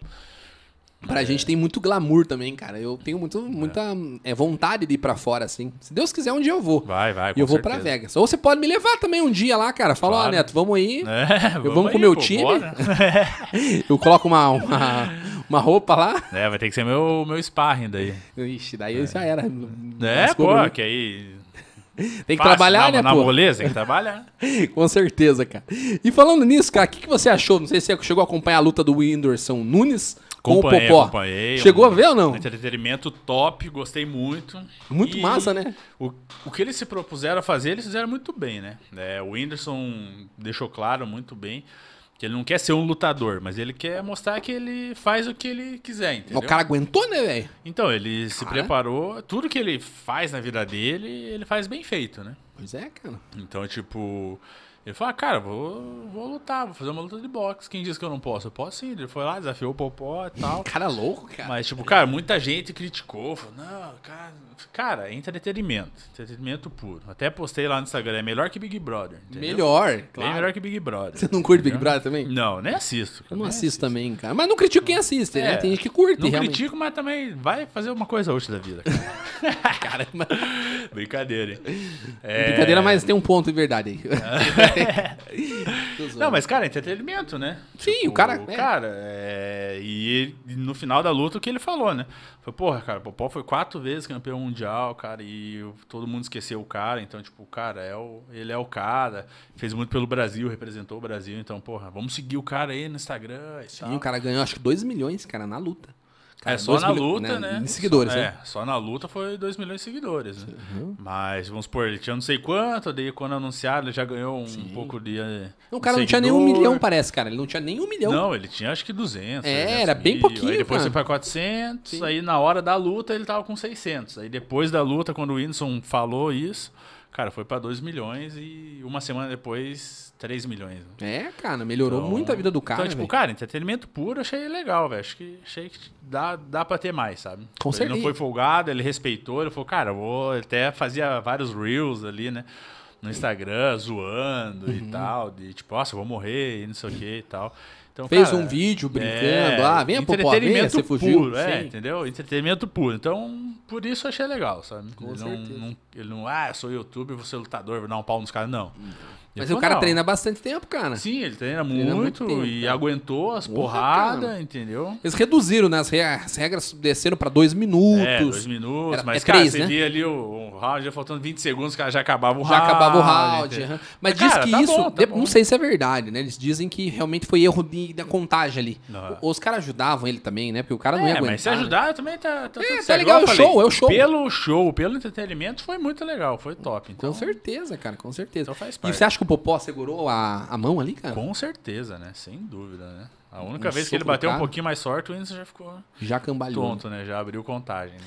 Então,
Pra
é.
gente tem muito glamour também, cara. Eu tenho muito, muita é, vontade de ir pra fora, assim. Se Deus quiser, um dia eu vou.
Vai, vai,
E
com
eu vou
certeza.
pra Vegas. Ou você pode me levar também um dia lá, cara. Fala, ó,
Claro.
Neto, vamos aí.
É, vamos,
vamos com
aí,
meu
pô,
time?
bora.
Eu coloco uma, uma, uma roupa lá.
é, vai ter que ser meu, meu sparring daí.
Ixi, daí já era.
É,
Lascou,
pô,
né?
que aí.
Tem que
fácil,
trabalhar,
na,
né,
na
pô?
moleza, tem que trabalhar.
Com certeza, cara. E falando nisso, cara, o que, que você achou? Não sei se você chegou a acompanhar a luta do Whindersson Nunes com o
Acompanhei,
Popó.
acompanhei.
Chegou
Um
a ver ou não?
Entretenimento top, gostei muito.
Muito
E
massa, né?
O, o que eles se propuseram a fazer, eles fizeram muito bem, né? É, o Whindersson deixou claro muito bem que ele não quer ser um lutador, mas ele quer mostrar que ele faz o que ele quiser, entendeu?
O cara aguentou, né, velho?
Então, ele se
Cara.
preparou, tudo que ele faz na vida dele, ele faz bem feito, né?
Pois é, cara.
Então, tipo, ele falou, ah, cara, vou, vou lutar, vou fazer uma luta de boxe. Quem disse que eu não posso? Eu posso sim. Ele foi lá, desafiou o Popó e tal.
Cara é louco, cara.
Mas, tipo, cara, muita gente criticou. Falou, não, cara. Cara, é entretenimento. Entretenimento puro. Até postei lá no Instagram, é melhor que Big Brother. Entendeu?
melhor,
Bem
claro.
melhor que Big Brother.
Você não curte Big
entendeu?
Brother também?
Não, nem assisto.
Eu não
nem
assisto também, cara. Mas não critico quem assiste, né?
É.
Tem gente que curte,
Não
realmente.
critico, mas também vai fazer uma coisa útil da vida. cara.
Caramba.
Brincadeira, hein? É,
Brincadeira, mas tem um ponto de verdade aí. Tô zoando.
Não, mas, cara, é entretenimento, né?
Sim, o cara-
O
é.
cara, é, E ele- e no final da luta, o que ele falou, né? Foi, porra, cara, o Popó foi quatro vezes campeão mundial, cara, e o- todo mundo esqueceu o cara. Então, tipo, o cara, é o, ele é o cara. Fez muito pelo Brasil, representou o Brasil. Então, porra, vamos seguir o cara aí no Instagram e
E
tal.
o cara ganhou, acho que 2 milhões, cara, na luta. Cara,
É só
dois
na
mil-
luta, né?
Em seguidores,
só,
né? Uhum.
É, só na luta foi 2 milhões de seguidores, né? Mas, vamos supor, ele tinha não sei quanto, daí quando anunciaram ele já ganhou um pouco de. eh,
O cara não tinha nem
seguidor.
um milhão, parece, cara. Ele não tinha nem um milhão.
Não, ele tinha acho que 200.
É,
300
era bem
mil.
pouquinho,
Aí depois
cara.
foi pra 400.
Sim.
Aí na hora da luta ele tava com 600. Aí depois da luta, quando o Whindersson falou isso, cara, foi pra 2 milhões e uma semana depois, 3 milhões. né?
É, cara, melhorou
Então-
muito a vida do cara,
Então, tipo,
velho.
cara, entretenimento puro, achei legal, velho. Acho que, achei que dá, dá pra ter mais, sabe?
Com
ele não
certeza.
foi folgado, ele respeitou, ele falou, cara, eu vou. Ele até fazia vários reels ali, né? no Instagram zoando
Uhum.
e tal, de tipo, nossa, eu vou morrer e não sei o que e tal. Então,
Fez
cara,
um vídeo brincando,
é,
ah, venha pro Pó, venha, você fugiu.
puro, é,
Sim.
entendeu? Entretenimento puro. Então, por isso eu achei legal, sabe?
Com
ele, não,
certeza.
não- ele não, ah, eu sou youtuber, vou ser lutador, vou dar um pau nos caras, não.
Hum. Mas o
Ele falou,
cara
não.
treina bastante tempo, cara.
Sim, ele treina,
Treina muito
muito,
tempo,
e
cara.
aguentou as
Porra,
porradas,
cara.
entendeu?
Eles reduziram, né? As re- as regras desceram pra dois minutos.
É, dois minutos,
Era-
mas,
é
cara,
três,
você
né?
via ali o, o round, já faltando 20 segundos, o cara já acabava o
Já
round.
acabava o round.
entendeu?
aham. Mas
Ah, Mas,
diz
cara,
que
tá
isso.
bom, tá
de-
bom.
Não sei se é verdade, né? Eles dizem que realmente foi erro de- da contagem ali.
Não.
O- Os caras ajudavam ele também, né? Porque o cara não ia
É,
aguentar.
mas se
né?
ajudar, também tá, tá, tudo
tá
certo.
legal, é o
Igual eu
show,
falei,
é o show.
Pelo show, pelo entretenimento, foi muito legal, foi
Com
top. Então,
certeza, cara, com certeza.
então faz
e
parte.
você acha que o Popó segurou a, a mão ali, cara?
Com certeza, né? Sem dúvida, né? A única
Um
vez que ele
Então. soco no
bateu um
cara.
pouquinho mais forte, o Whindersson já ficou
Já cambalhou. né?
tonto, né? Já abriu contagem. né?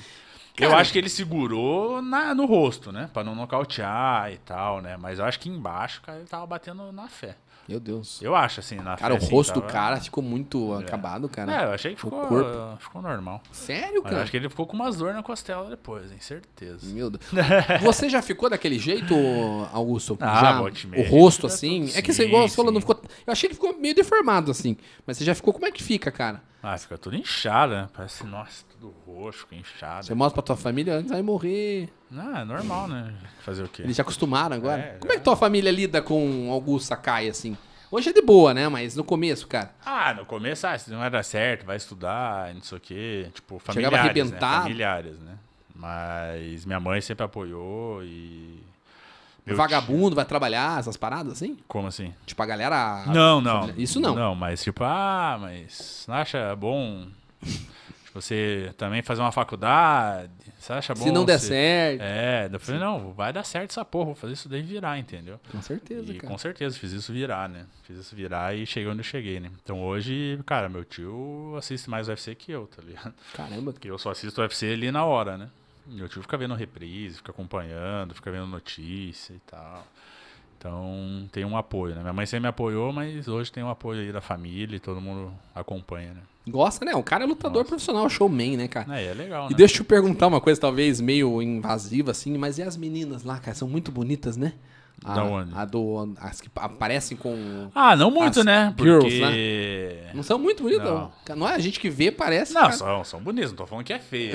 Cara-
eu acho que ele segurou na, no rosto, né? Pra não nocautear e tal, né? Mas eu acho que embaixo, cara, ele tava batendo na fé.
Meu Deus.
Eu acho, assim, na
Cara,
fé.
o
assim,
rosto do
tava-
cara ficou muito acabado, cara.
É, eu achei que
O
ficou,
corpo.
ficou normal.
Sério,
Mas eu
cara? Hum.
acho que ele ficou com umas dores na costela depois, hein? Certeza.
Meu Deus. Você já ficou daquele jeito, Augusto?
Ah,
Já?
volta e
O
meia,
rosto
já tô-
assim? É que
Sim,
você, igual você falou, não
sim.
ficou. Eu achei que ficou meio deformado assim. Mas você já ficou, como é que fica, cara?
Ah, fica tudo inchado, né? Parece, nossa, tudo roxo, fica inchado.
Você mostra pra tua família, antes vai morrer.
Ah, é normal, né? Fazer o quê?
Eles já acostumaram agora.
É,
como é que tua família lida com Augusto Sakai assim? Hoje é de boa, né? Mas no começo, cara.
Ah, no começo, ah, isso não vai dar certo, vai estudar, não sei o quê. Tipo,
Chegava
familiares,
arrebentado.
né? Familiares, né? Mas minha mãe sempre apoiou e... meu
vagabundo vai trabalhar, essas paradas assim?
tio- Como assim?
Tipo, a galera.
Não, não.
Isso não.
Não, mas tipo, ah, mas não acha bom tipo, você também fazer uma faculdade? Você acha bom
Se não der
você-
certo.
É, daí eu falei, não, vai dar certo essa porra, vou fazer isso daí virar, entendeu?
Com certeza,
e
cara.
com certeza, fiz isso virar, né? Fiz isso virar e cheguei onde eu cheguei, né? Então hoje, cara, meu tio assiste mais UFC que eu, tá ligado?
Caramba.
Porque eu só assisto UFC ali na hora, né? Meu tio fica vendo reprise, fica acompanhando, fica vendo notícia e tal. Então tem um apoio, né? Minha mãe sempre me apoiou, mas hoje tem um apoio aí da família e todo mundo acompanha, né?
Gosta, né? O cara é lutador profissional, showman, né, cara?
É, é legal,
E
né?
deixa eu te perguntar uma coisa, talvez meio invasiva, assim, mas e as meninas lá, cara? São muito bonitas, né? A,
Da onde?
A do, as que aparecem com.
Ah, não muito,
As
né?
girls,
Porque.
Não são muito bonitas?
Não.
Não, é a gente que vê, parece.
Não,
cara.
são, são bonitos, não tô falando que é feio.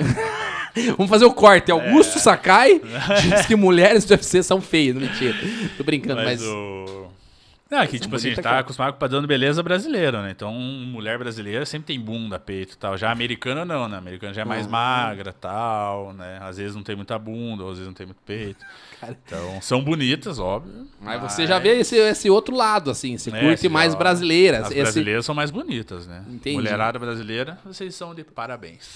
Vamos fazer o corte.
É.
Augusto Sakai diz que mulheres do UFC são feias, não mentira. Tô brincando,
Mas,
mas.
o. Não, é que, tipo assim, a gente
bonita,
tá
cara.
acostumado com o padrão de beleza brasileiro, né? Então, mulher brasileira sempre tem bunda, peito e tal. Já americana não, né? Americana já é mais
Ah.
magra tal, né? Às vezes não tem muita bunda, ou às vezes não tem muito peito.
Cara.
Então, são bonitas, óbvio.
Mas você já vê esse, esse outro lado, assim. Você
É,
curte
esse
mais
já-
brasileiras.
As
esse-
brasileiras são mais bonitas, né?
Entendi.
Mulherada brasileira, vocês são de parabéns.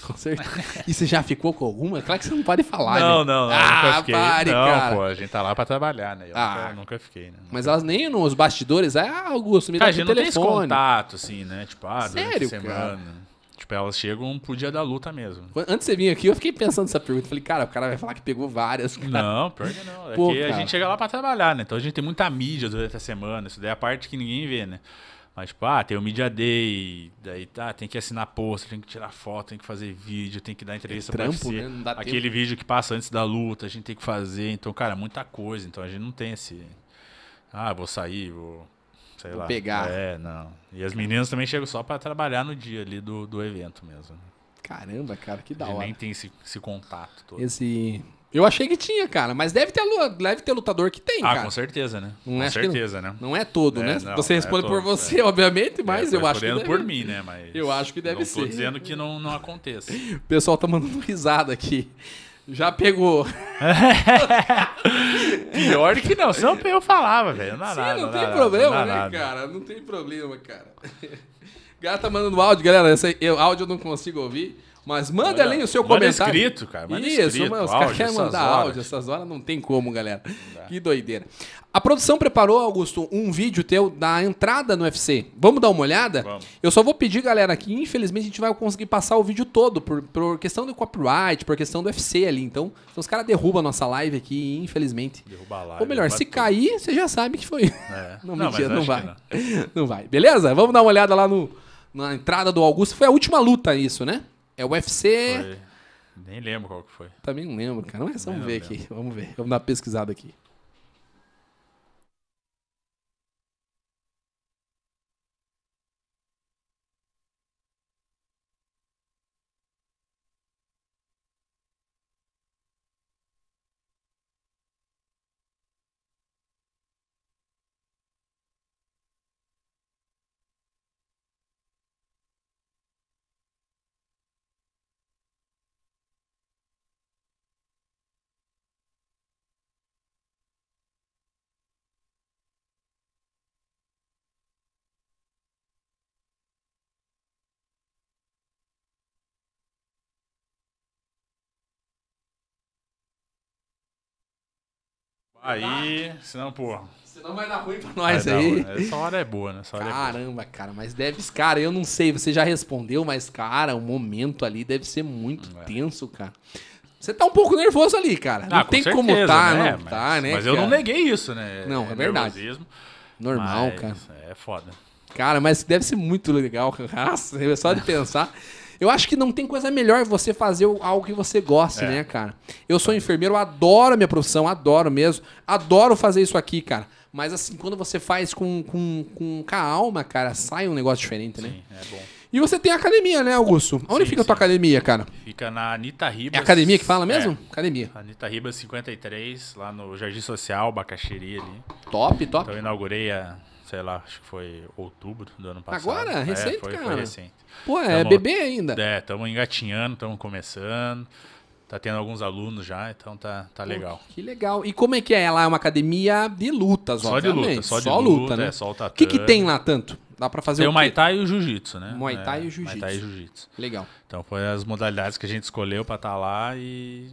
Com certeza. E você já ficou com alguma? Claro que você não pode falar,
não,
né?
não, não.
Ah,
nunca fiquei.
pare,
não,
cara.
pô, a gente tá lá pra trabalhar, né? Eu
Ah.
nunca, nunca fiquei, né?
Mas elas nem nos bastidores, ah, Augusto, me dá
Cara, a
teu
gente Tá, não tem esse
telefone.
contato, assim, né? Tipo, ah, durante
Sério,
a semana. Tipo, elas chegam pro dia da luta mesmo.
Quando- Antes de você vir aqui, eu fiquei pensando nessa pergunta. Falei, cara, o cara vai falar que pegou várias. cara.
Não, pior que não. É
Pô,
que a
cara.
gente chega lá pra trabalhar, né? Então a gente tem muita mídia durante a semana. Isso daí é a parte que ninguém vê, né? Mas, tipo, ah, tem o Media Day, daí tá, tem que assinar posto, tem que tirar foto, tem que fazer vídeo, tem que dar entrevista pra
trampo,
UFC.
né? Não dá tempo.
Aquele vídeo que passa antes da luta, a gente tem que fazer. Então, cara, muita coisa. Então a gente não tem esse. Ah, vou sair, vou. Sei
Vou
lá.
pegar.
É, não. E as meninas também chegam só pra trabalhar no dia ali do, do evento mesmo. né?
Caramba, cara, que
A
da
gente
hora.
nem tem esse, esse contato todo.
Esse. Eu achei que tinha, cara, mas deve ter, lu- deve ter lutador que tem,
ah,
cara.
com certeza, né?
Não
com
acho que não-
certeza, né?
Não é todo,
É,
né?
não,
você
não é
responde por
todo,
você, obviamente, mas
É,
eu acho que.
respondendo
Deve...
por mim, né? Mas
Eu acho que deve
não
ser.
Tô dizendo que não, não aconteça.
O pessoal tá mandando risada aqui. Já pegou.
Pior que não, senão eu falava, velho. Não, dá
Sim,
nada,
não
dá
tem
nada,
problema,
dá
né,
nada.
cara? Não tem problema, cara. Gata tá mandando áudio, galera. Esse eu- áudio eu não consigo ouvir. Mas manda
Olha,
ali o seu
manda
comentário.
escrito, cara, manda
Isso,
escrito,
mano, os
áudio,
caras querem
essas
mandar
horas.
áudio. Essas horas não tem como, galera. Que doideira. A produção preparou, Augusto, um vídeo teu da entrada no UFC. Vamos dar uma olhada?
Vamos.
Eu só vou pedir, galera, que infelizmente a gente vai conseguir passar o vídeo todo por, por questão do copyright, por questão do UFC ali. Então, então os caras derrubam a nossa live aqui, infelizmente.
Derrubar lá.
Ou melhor,
derrubar
se
tudo.
cair, você já sabe que foi.
É.
Não,
Não,
mentira,
mas
não
acho que
vai. Não. vai. Beleza? Vamos dar uma olhada lá no, na entrada do Augusto. Foi a última luta isso, né? É o UFC...
Foi- Nem lembro qual que foi.
Também não lembro, cara. Mas vamos
não
ver aqui. Vamos ver. Vamos dar uma pesquisada aqui.
Aí, senão, pô.
Senão vai dar ruim pra nós
vai dar
aí.
ruim. Essa hora é boa, né? Essa hora é boa.
Caramba, cara, mas deve. Cara, eu não sei, você já respondeu, mas, cara, o momento ali deve ser muito tenso, cara. Você tá um pouco nervoso ali, cara. Não
É. Ah, com
tem como
certeza,
tá, não
Mas,
tá, né?
Mas eu não
cara?
neguei isso, né?
Não, é verdade.
nervosismo,
Normal,
mas
cara.
É foda.
Cara, mas deve ser muito legal, cara. Nossa, é só de pensar. Eu acho que não tem coisa melhor você fazer o- algo que você goste,
É.
né, cara? Eu sou enfermeiro, eu adoro a minha profissão, adoro mesmo. Adoro fazer isso aqui, cara. Mas assim, quando você faz com, com, com, com a alma, cara, sai um negócio diferente, né?
Sim, é bom.
E você tem a academia, né, Augusto? Onde
Sim,
fica a tua
sim.
academia, cara?
Fica na Anitta
É
Ribas.
academia que fala
É,
mesmo? Academia.
Anitta Ribas 53, lá no Jardim Social, Bacaxeri ali.
Top, top.
Então eu inaugurei a, sei lá, acho que foi outubro do ano passado.
Agora?
É,
Recente,
foi,
cara?
Foi recente.
Pô, é
Tamo-
bebê ainda.
É, estamos engatinhando, estamos começando. Tá tendo alguns alunos já, então tá, tá legal.
Que legal. E como é que é? Ela é uma academia de lutas,
Só de
obviamente. né?
luta, só de luta, é, só o
O que, que
tatame.
tem lá tanto? Dá pra fazer
Tem
o
o
quê?
Muay Thai e o Jiu-Jitsu, né?
Muay Thai e o
Muay Thai
jiu-jitsu.
e Jiu-Jitsu.
Legal.
Então foi as modalidades que a gente escolheu pra estar lá e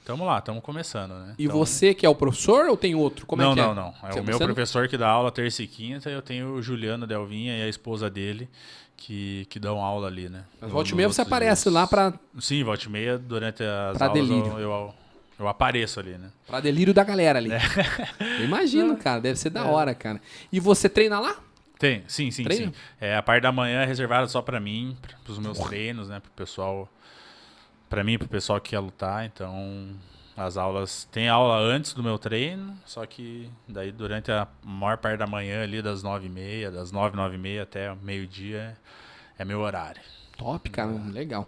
estamos lá, estamos começando, né?
E
Então-
você que é o professor ou tem outro? Como
não,
é que
não,
é?
não. É
Você-
o meu
você não-
professor que dá aula terça e quinta, eu tenho o Juliano Delvinha e a esposa dele que, que dão aula ali, né?
Mas
No-
volta e
nos
meia você
outros
aparece
dias.
lá pra,
Sim, volta e meia, durante as
Pra
aulas
delírio.
eu, eu, eu apareço ali, né?
pra delírio da galera
É.
ali. Eu
Ah.
imagino, cara. Deve ser da hora, cara. E você treina lá?
Tem, sim, sim,
Treino?
sim. É, a parte da manhã é reservada só pra mim, pra- pros meus treinos, né? Pro pessoal. Pra mim, pro pessoal que quer lutar. Então, as aulas. Tem aula antes do meu treino, só que daí durante a maior parte da manhã ali, das nove e meia, das nove, nove e meia até meio-dia, é meu horário.
Top, cara.
É.
Legal.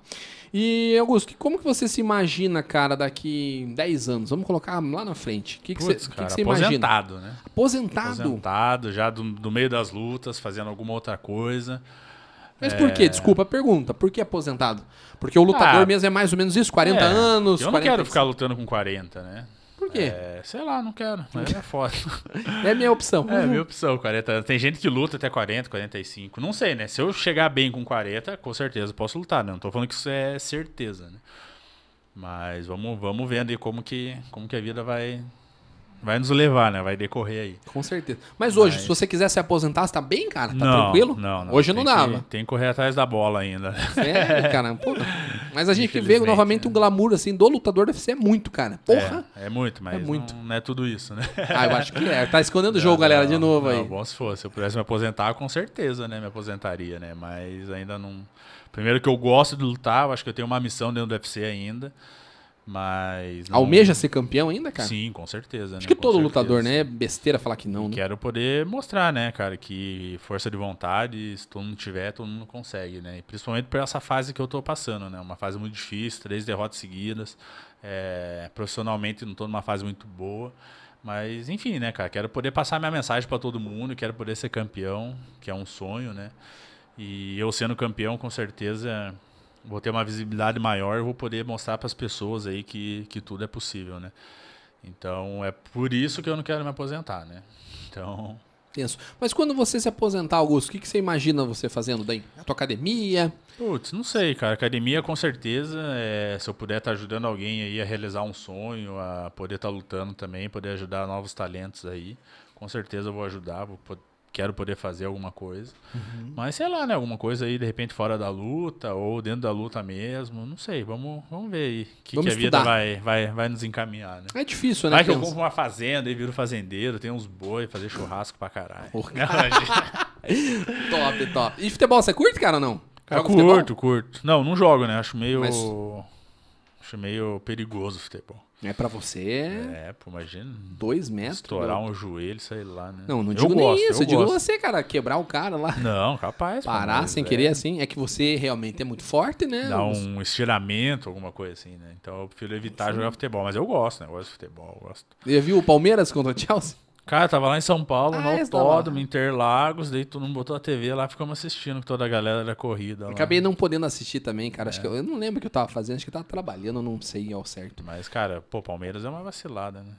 E, Augusto, que- como que você se imagina, cara, daqui 10 anos? Vamos colocar lá na frente. O que, que, você,
Putz,
o que que
cara,
você imagina?
aposentado, né?
Aposentado?
Aposentado, já do, do meio das lutas, fazendo alguma outra coisa.
Mas por quê? Desculpa a pergunta. Por que aposentado? Porque o lutador
É. Ah,
mesmo é mais ou menos isso, 40
É,
anos.
Eu não
40
quero ficar lutando com 40, né?
Por quê?
É, sei lá, não quero. Mas é foda.
É, a minha opção.
É, minha opção, 40 anos. Tem gente que luta até 40, 45. Não sei, né? Se eu chegar bem com 40, com certeza posso lutar, né? Não tô falando que isso é certeza, né? Mas vamos, vamos vendo aí como que, como que a vida vai, vai nos levar, né? Vai decorrer aí.
Com certeza. Mas hoje,
Mas-
se você quiser se aposentar, você tá bem, cara? Tá
não,
tranquilo?
Não, não.
Hoje não
Tem que-
dava.
tem que correr atrás da bola ainda.
Sério, cara. Pô. Mas a gente vê
Infelizmente, né?
novamente o glamour assim do lutador do UFC é muito, cara. Porra!
É, é muito, mas
É muito.
Não, não é tudo isso, né?
Ah, eu acho que é. Tá escondendo o jogo, galera, de
Não,
novo
não,
aí.
Bom, se fosse. Se eu pudesse me aposentar, com certeza, né? Me aposentaria, né? Mas ainda não. Primeiro que eu gosto de lutar, eu acho que eu tenho uma missão dentro do UFC ainda. Mas. não-
Almeja ser campeão ainda, cara?
Sim, com certeza.
Acho
né?
que
Com
todo
certeza.
lutador, né? É besteira falar que não, né?
Quero poder mostrar, né, cara, que força de vontade, se todo mundo tiver, todo mundo consegue, né? E principalmente por essa fase que eu tô passando, né? Uma fase muito difícil, três derrotas seguidas. É, profissionalmente não tô numa fase muito boa. Mas, enfim, né, cara, quero poder passar minha mensagem pra todo mundo, quero poder ser campeão, que é um sonho, né? E eu sendo campeão, com certeza, vou ter uma visibilidade maior, vou poder mostrar para as pessoas aí que, que tudo é possível, né? Então é por isso que eu não quero me aposentar, né? Então,
Tenso. Mas quando você se aposentar, Augusto, o que, que você imagina você fazendo daí? A tua academia?
putz, não sei, cara. Academia com certeza, é, se eu puder estar ajudando alguém aí a realizar um sonho, a poder estar lutando também, poder ajudar novos talentos aí, com certeza eu vou ajudar, vou po- quero poder fazer alguma coisa.
Uhum.
Mas sei lá, né, alguma coisa aí de repente fora da luta ou dentro da luta mesmo, não sei, vamos, vamos ver aí o que,
Vamos
que a vida
estudar.
vai, vai, vai nos encaminhar, né?
É difícil, né?
Vai que eu
tenso?
compro uma fazenda e viro fazendeiro, tenho uns boi, fazer churrasco pra caralho.
Porra.
Não, gente.
Top, top. E futebol, você curte, cara, ou não?
Cara,
Joga futebol?
curto, curto. Não, não jogo, né? Acho meio.
Mas-
Acho meio perigoso o futebol.
É pra você,
É, pô, imagina.
dois metros.
Estourar um joelho, sei lá, né?
Não, não
Eu
digo nem
gosto,
isso. Eu,
Eu
digo
gosto.
você, cara, quebrar o cara lá.
Não, capaz. pô,
Parar
mas
sem
é,
querer assim. É que você realmente é muito forte, né?
Dar
Augusto?
um estiramento, alguma coisa assim, né? Então eu prefiro evitar jogar futebol. Mas eu gosto, né? Eu gosto de futebol, eu gosto.
Já viu o Palmeiras contra o Chelsea?
Cara, eu tava lá em São Paulo,
Ah,
no
você tava lá.
autódromo, Interlagos, daí todo mundo botou a TV lá, ficamos assistindo com toda a galera da corrida. Lá.
Acabei não podendo assistir também, cara.
É.
Acho que eu, eu não lembro o que eu tava fazendo, acho que eu tava trabalhando, eu não sei ao certo.
Mas, cara, pô, Palmeiras é uma vacilada, né?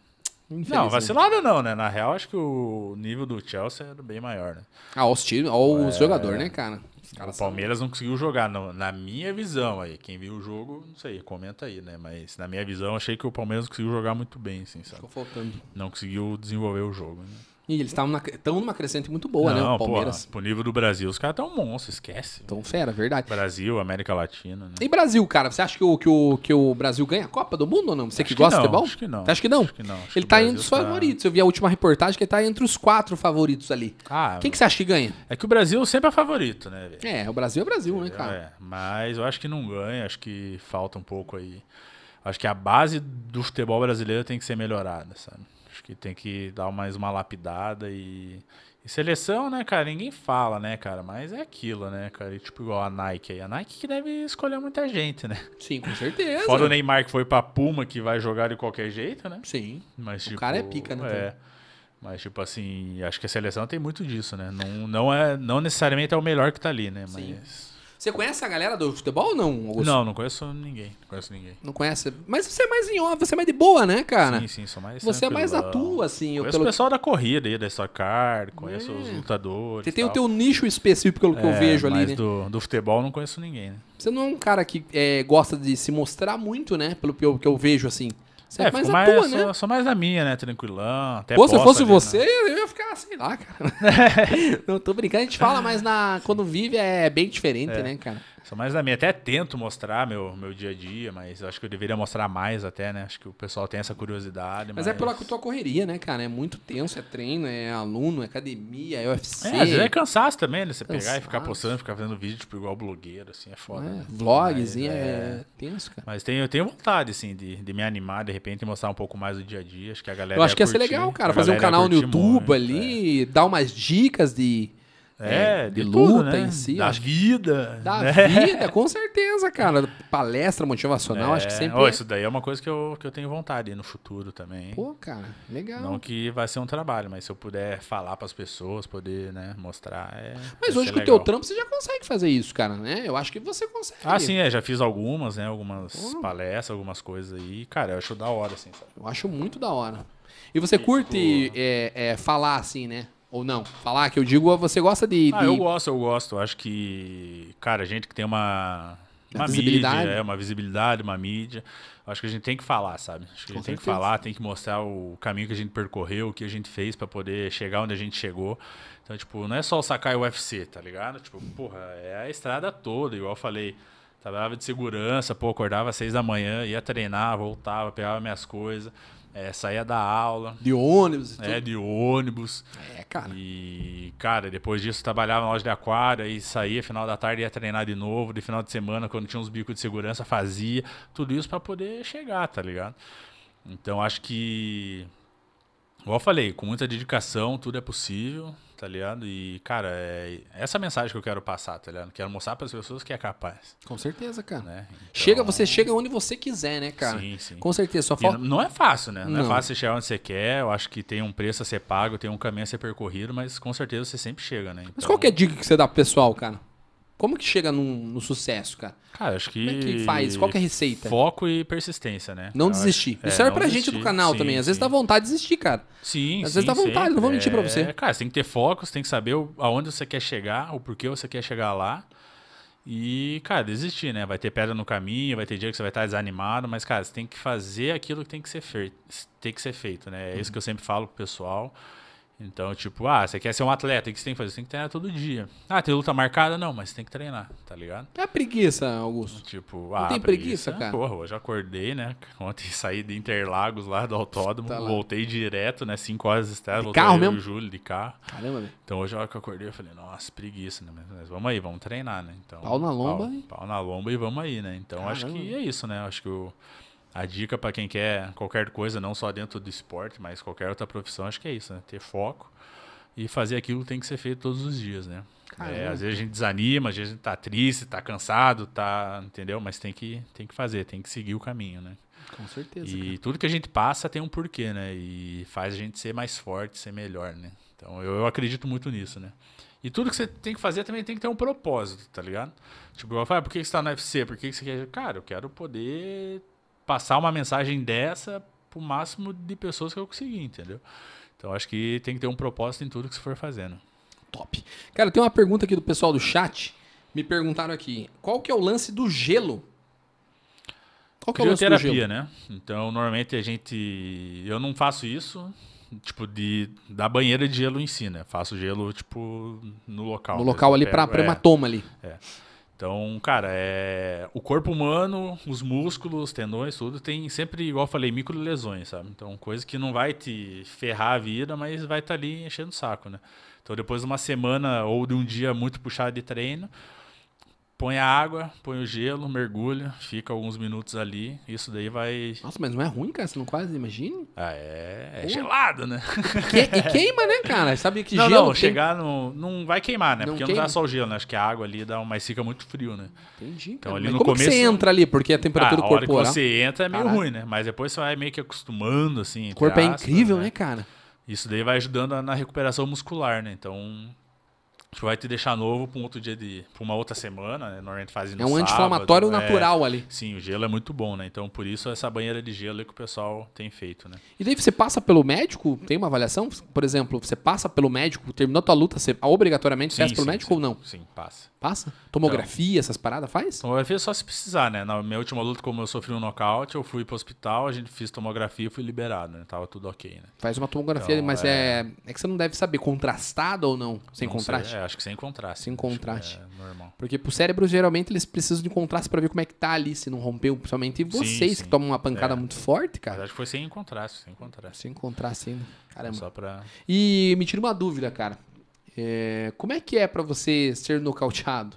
Não,
Infelizmente.
vacilada não, né? Na real, acho que o nível do Chelsea era bem maior, né?
Ah, os times,
É.
ó, os jogadores, né, cara? Os
o
caras são-
Palmeiras não conseguiu jogar, não, na minha visão aí. Quem viu o jogo, não sei, comenta aí, né? Mas na minha visão, achei que o Palmeiras conseguiu jogar muito bem, assim, sabe?
Ficou faltando.
Não conseguiu desenvolver o jogo. Né?
E eles estavam na- estão numa crescente muito boa, né?
não,
O Palmeiras.
pô, pro nível do Brasil, os caras estão monstros, esquece.
Tão fera, verdade.
Brasil, América Latina, né?
E Brasil, cara, você acha que o, que o, que o Brasil ganha a Copa do Mundo ou não? Você que
Acho que
gosta
não,
de futebol?
acho que não.
Você acha que não?
Acho que não. Acho que
ele
o
tá
Brasil
entre os
tá-
favoritos. Eu vi a última reportagem que ele tá entre os quatro favoritos ali.
Ah,
Quem que você acha que ganha?
é que o Brasil sempre é favorito, né, velho?
É, o Brasil é Brasil, né, cara?
É, mas eu acho que não ganha, acho que falta um pouco aí. Acho que a base do futebol brasileiro tem que ser melhorada, sabe? Acho que tem que dar mais uma lapidada e. E seleção, né, cara? Ninguém fala, né, cara? Mas é aquilo, né, cara? E, tipo, igual a Nike aí. A Nike que deve escolher muita gente, né?
Sim, com certeza.
Fora o Neymar que foi pra Puma, que vai jogar de qualquer jeito, né?
Sim.
Mas, tipo,
cara é pica, né,
É. Mas, tipo assim, acho que a seleção tem muito disso, né? Não, não, é, não necessariamente é o melhor que tá ali, né? Mas.
Sim. Você conhece a galera do futebol ou não, Augusto?
Não, não conheço ninguém. Não conheço ninguém.
Não conhece? Mas você é mais em off, você é mais de boa, né, cara?
Sim, sim, sou mais.
você é mais na
tranquilão.
tua, assim. Eu
Conheço o
pelo...
pessoal da corrida aí, da Stock Car, conheço os
É.
lutadores.
Você tem
e
o
tal.
teu nicho específico, pelo que eu
É,
vejo ali,
mas
né?
Do, do futebol não conheço ninguém, né?
Você não é um cara que é, gosta de se mostrar muito, né? Pelo que eu, que eu vejo, assim. Você é, mais
fico
na tua, né?
sou, sou mais na minha, né? Tranquilão. Até
Pô, se eu
posto
fosse
ali, né?
você, eu ia ficar, sei lá, cara. não, tô brincando, a gente fala, mas na, quando vive é bem diferente, né, cara?
Sou mais na minha. Até tento mostrar meu, meu dia a dia, mas eu acho que eu deveria mostrar mais até, né? Acho que o pessoal tem essa curiosidade.
Mas é pela tua correria, né, cara? É muito tenso, é treino, é aluno, é academia, é UFC.
É, às vezes é cansaço também, né? Você pegar e ficar
Cansaço.
postando, ficar fazendo vídeo, tipo, igual blogueiro, assim, é foda.
né?
né?
Vlogs,
Mas,
e
é,
é... tenso, cara.
Mas tenho, eu tenho vontade, assim, de, de me animar, de repente, e mostrar um pouco mais do dia a dia. Acho que a galera
Eu acho que ia
ia
ser
curtir,
legal, cara,
a
fazer um
galera ia
canal no
curtir
YouTube
muito, é.
ali, dar umas dicas de,
É,
é,
de,
de
tudo,
luta
né?
em si,
Da
acho
vida.
da
né?
vida, com certeza, cara. Palestra motivacional, acho que
É,
sempre.
ó,
é.
Isso daí é uma coisa que eu, que eu tenho vontade no futuro também.
Pô, é cara, legal.
Não que vai ser um trabalho, mas se eu puder falar pras pessoas, poder, né, mostrar, é.
Mas
vai
hoje
ser
com o teu
legal.
trampo você já consegue fazer isso, cara, né? Eu acho que você consegue.
Ah, sim, é, já fiz algumas, né? Algumas
Pô.
palestras, algumas coisas aí. Cara, eu acho da hora, assim, sabe?
Eu acho muito da hora. E você curte é, é, falar assim, né? Ou não? Falar que eu digo, você gosta de.
Ah,
de-
eu gosto, eu gosto. Eu Acho que, cara, gente que tem uma,
Uma
uma
visibilidade.
mídia, é, uma visibilidade, uma mídia. eu Acho que a gente tem que falar, sabe? Acho que a
Com
gente tem que
certeza.
falar, tem que mostrar o caminho que a gente percorreu, o que a gente fez pra poder chegar onde a gente chegou. Então, tipo, não é só o Sakai UFC, tá ligado? Tipo, porra, é a estrada toda, igual eu falei. Trabalhava de segurança, pô, acordava às seis da manhã, ia treinar, voltava, pegava minhas coisas, é, saía da aula,
de ônibus e tudo.
é, de ônibus.
É, cara.
E, cara, depois disso trabalhava na loja de aquário, aí saía final da tarde ia treinar de novo, de final de semana, quando tinha uns bicos de segurança, fazia. Tudo isso pra poder chegar, tá ligado? Então acho que. Igual eu falei, com muita dedicação, tudo é possível, tá ligado? E, cara, é essa mensagem que eu quero passar, tá ligado? Quero mostrar pras pessoas que é capaz,
Com certeza, cara.
né? Então,
Chega, você chega onde você quiser, né, cara?
Sim, sim.
Com certeza, só
E
falta.
n- não é fácil, né? Não, é
Não.
fácil você chegar onde você quer. Eu acho que tem um preço a ser pago, tem um caminho a ser percorrido, mas com certeza você sempre chega, né?
Mas
Então-
qual que é a dica que você dá pro pessoal, cara? Como que chega num- no sucesso, cara?
Cara, acho que.
Como é que faz? Qual que é a receita?
Foco e persistência, né?
Não
Eu acho-
desistir.
é,
Isso serve
não
pra gente
desistir.
do canal
Sim,
também. Às vezes
sim.
dá vontade de desistir, cara.
Sim,
Às
sim,
vezes dá
sempre.
vontade, não vou mentir pra
É,
você.
Cara, você tem que ter foco, você tem que saber o- aonde você quer chegar, o porquê você quer chegar lá. E, cara, desistir, né? Vai ter pedra no caminho, vai ter dia que você vai estar desanimado, mas, cara, você tem que fazer aquilo que tem que ser feito, tem que ser feito, né? É
Uhum.
isso que eu sempre falo pro pessoal. Então, tipo, ah, você quer ser um atleta, o que você tem que fazer? Você tem que treinar todo dia. Ah, tem luta marcada? Não, mas você tem que treinar, tá ligado?
É a preguiça, Augusto.
Tipo, ah,
tem preguiça, cara?
Porra, hoje eu acordei, né? Ontem saí de Interlagos lá do autódromo,
Tá lá.
voltei direto, né? Cinco horas de estrada,
De
voltei
carro
eu e o
mesmo?
Júlio de carro.
Caramba, velho.
Então hoje a hora que eu acordei, eu falei, nossa, preguiça, né? Mas- Mas vamos aí, vamos treinar, né? Então,
Pau na lomba e-
Pau, pau na lomba e vamos aí, né? Então acho que
Caramba.
é isso, né? Acho que o- a dica pra quem quer qualquer coisa, não só dentro do esporte, mas qualquer outra profissão, acho que é isso, né? Ter foco e fazer aquilo que tem que ser feito todos os dias, né?
Caramba.
É, às vezes a gente desanima, às vezes a gente tá triste, tá cansado, tá. Entendeu? Mas tem que, tem que fazer, tem que seguir o caminho, né?
Com certeza.
E tudo que a gente passa tem um porquê, né? E faz a gente ser mais forte, ser melhor, né? Então eu, eu acredito muito nisso, né? E tudo que você tem que fazer também tem que ter um propósito, tá ligado? Tipo, eu falo, ah, por que que você tá no UFC? Por que que você quer. Cara, eu quero poder passar uma mensagem dessa pro máximo de pessoas que eu conseguir, entendeu? Então acho que tem que ter um propósito em tudo que você for fazendo.
Top. Cara, tem uma pergunta aqui do pessoal do chat. Me perguntaram aqui, qual que é o lance do gelo? Qual que é o lance do
Crioterapia,
gelo?
né? Então, normalmente a gente. Eu não faço isso, tipo, de da banheira de gelo em si, né? Faço gelo, tipo, no local.
No local ali pra,
para
pra hematoma ali.
Então, cara, é... o corpo humano, os músculos, tendões, tudo, tem sempre, igual eu falei, micro lesões, sabe? Então, coisa que não vai te ferrar a vida, mas vai estar ali enchendo o saco, né? Então, depois de uma semana ou de um dia muito puxado de treino, põe a água, põe o gelo, mergulha, fica alguns minutos ali. Isso daí vai.
Nossa, mas não é ruim, cara? Você não quase imagina?
Ah, é, é
Pô.
gelado, né?
Que- e queima, né, cara? Sabe que
não,
gelo
não,
tem-
chegar no. Não vai queimar, né?
Não
Porque não
queima?
dá só o gelo, né? Acho que a água ali dá um, mas fica muito frio, né?
Entendi, cara.
Então, ali
Mas
no
como que você
começo-
entra ali? Porque a temperatura
Ah, a hora que
corporal...
você entra é meio
Caralho.
ruim, né? Mas depois você vai meio que acostumando, assim.
O corpo é
entre aspas,
incrível, né, cara?
Isso daí vai ajudando a- na recuperação muscular, né? Então, tipo, vai te deixar novo pra um outro dia de. pra uma outra semana, né? Normalmente fazem no
É um
sábado,
anti-inflamatório
é.
natural ali.
Sim, o gelo é muito bom, né? Então, por isso essa banheira de gelo aí que o pessoal tem feito, né?
E daí você passa pelo médico? Tem uma avaliação? Por exemplo, você passa pelo médico, terminou tua luta, você obrigatoriamente
Sim,
passa pelo
sim,
médico
sim.
ou não?
Sim, passa.
Passa? Tomografia, essas paradas faz?
Tomografia Então, só se precisar, né? Na minha última luta, como eu sofri um nocaute, eu fui pro hospital, a gente fez tomografia e fui liberado, né? Tava tudo ok, né?
Faz uma tomografia,
Então,
mas é... é que você não deve saber contrastado ou não, sem
Não sei,
contraste.
é, acho que sem contraste.
Sem
acho que
contraste.
É normal.
Porque pro cérebro, geralmente, eles precisam de contraste pra ver como é que tá ali, se não rompeu, principalmente vocês que
sim. É.
tomam uma pancada muito forte,
Mas
cara.
acho que foi sem contraste, sem contraste.
Sem contraste ainda. Caramba.
Só pra.
E me tira uma dúvida, cara. É, como é que é pra você ser nocauteado?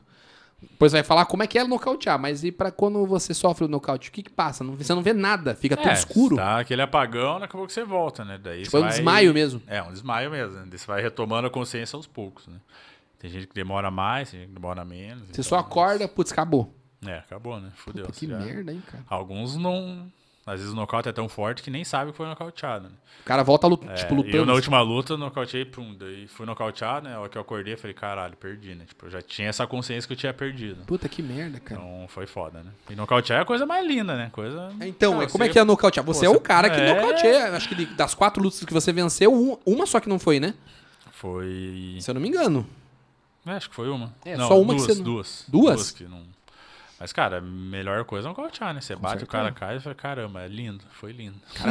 Pois vai falar como é que é nocautear, mas e pra quando você sofre o nocaute, o que que passa? Não- você não vê nada, fica tudo
É,
escuro.
Tá aquele apagão, acabou que você volta, né? Daí
Tipo,
você
é um
vai-
desmaio mesmo.
É, um desmaio mesmo. né? Daí Você vai retomando a consciência aos poucos, né? Tem gente que demora mais, tem gente que demora menos.
Você
então-
só acorda, putz, acabou.
É, acabou, né? Fudeu.
Puta, que
você já-
merda, hein, cara.
Alguns não. Às vezes o nocaute é tão forte que nem sabe que foi nocauteado. Né?
O cara volta, lut-
É,
tipo,
Eu
lutando.
na última luta nocauteei, pum, daí fui nocauteado, né? A hora que eu acordei, falei, caralho, perdi, né? Tipo, eu já tinha essa consciência que eu tinha perdido.
Puta, que merda, cara.
Então foi foda, né? E nocautear é a coisa mais linda, né? Coisa.
Então,
Cara,
é, como é
você-
que é nocautear? Você é
você-
o cara que
É.
nocauteia. Acho que de- das quatro lutas que você venceu, um- uma só que não foi, né?
Foi.
Se eu não me engano.
É, acho que foi uma.
É, só uma que
duas,
você não-
duas.
Duas?
que não. Mas, cara, a melhor coisa é um nocautear, né? Você bate, o cara cai e fala, caramba, é lindo, foi lindo.
Cara,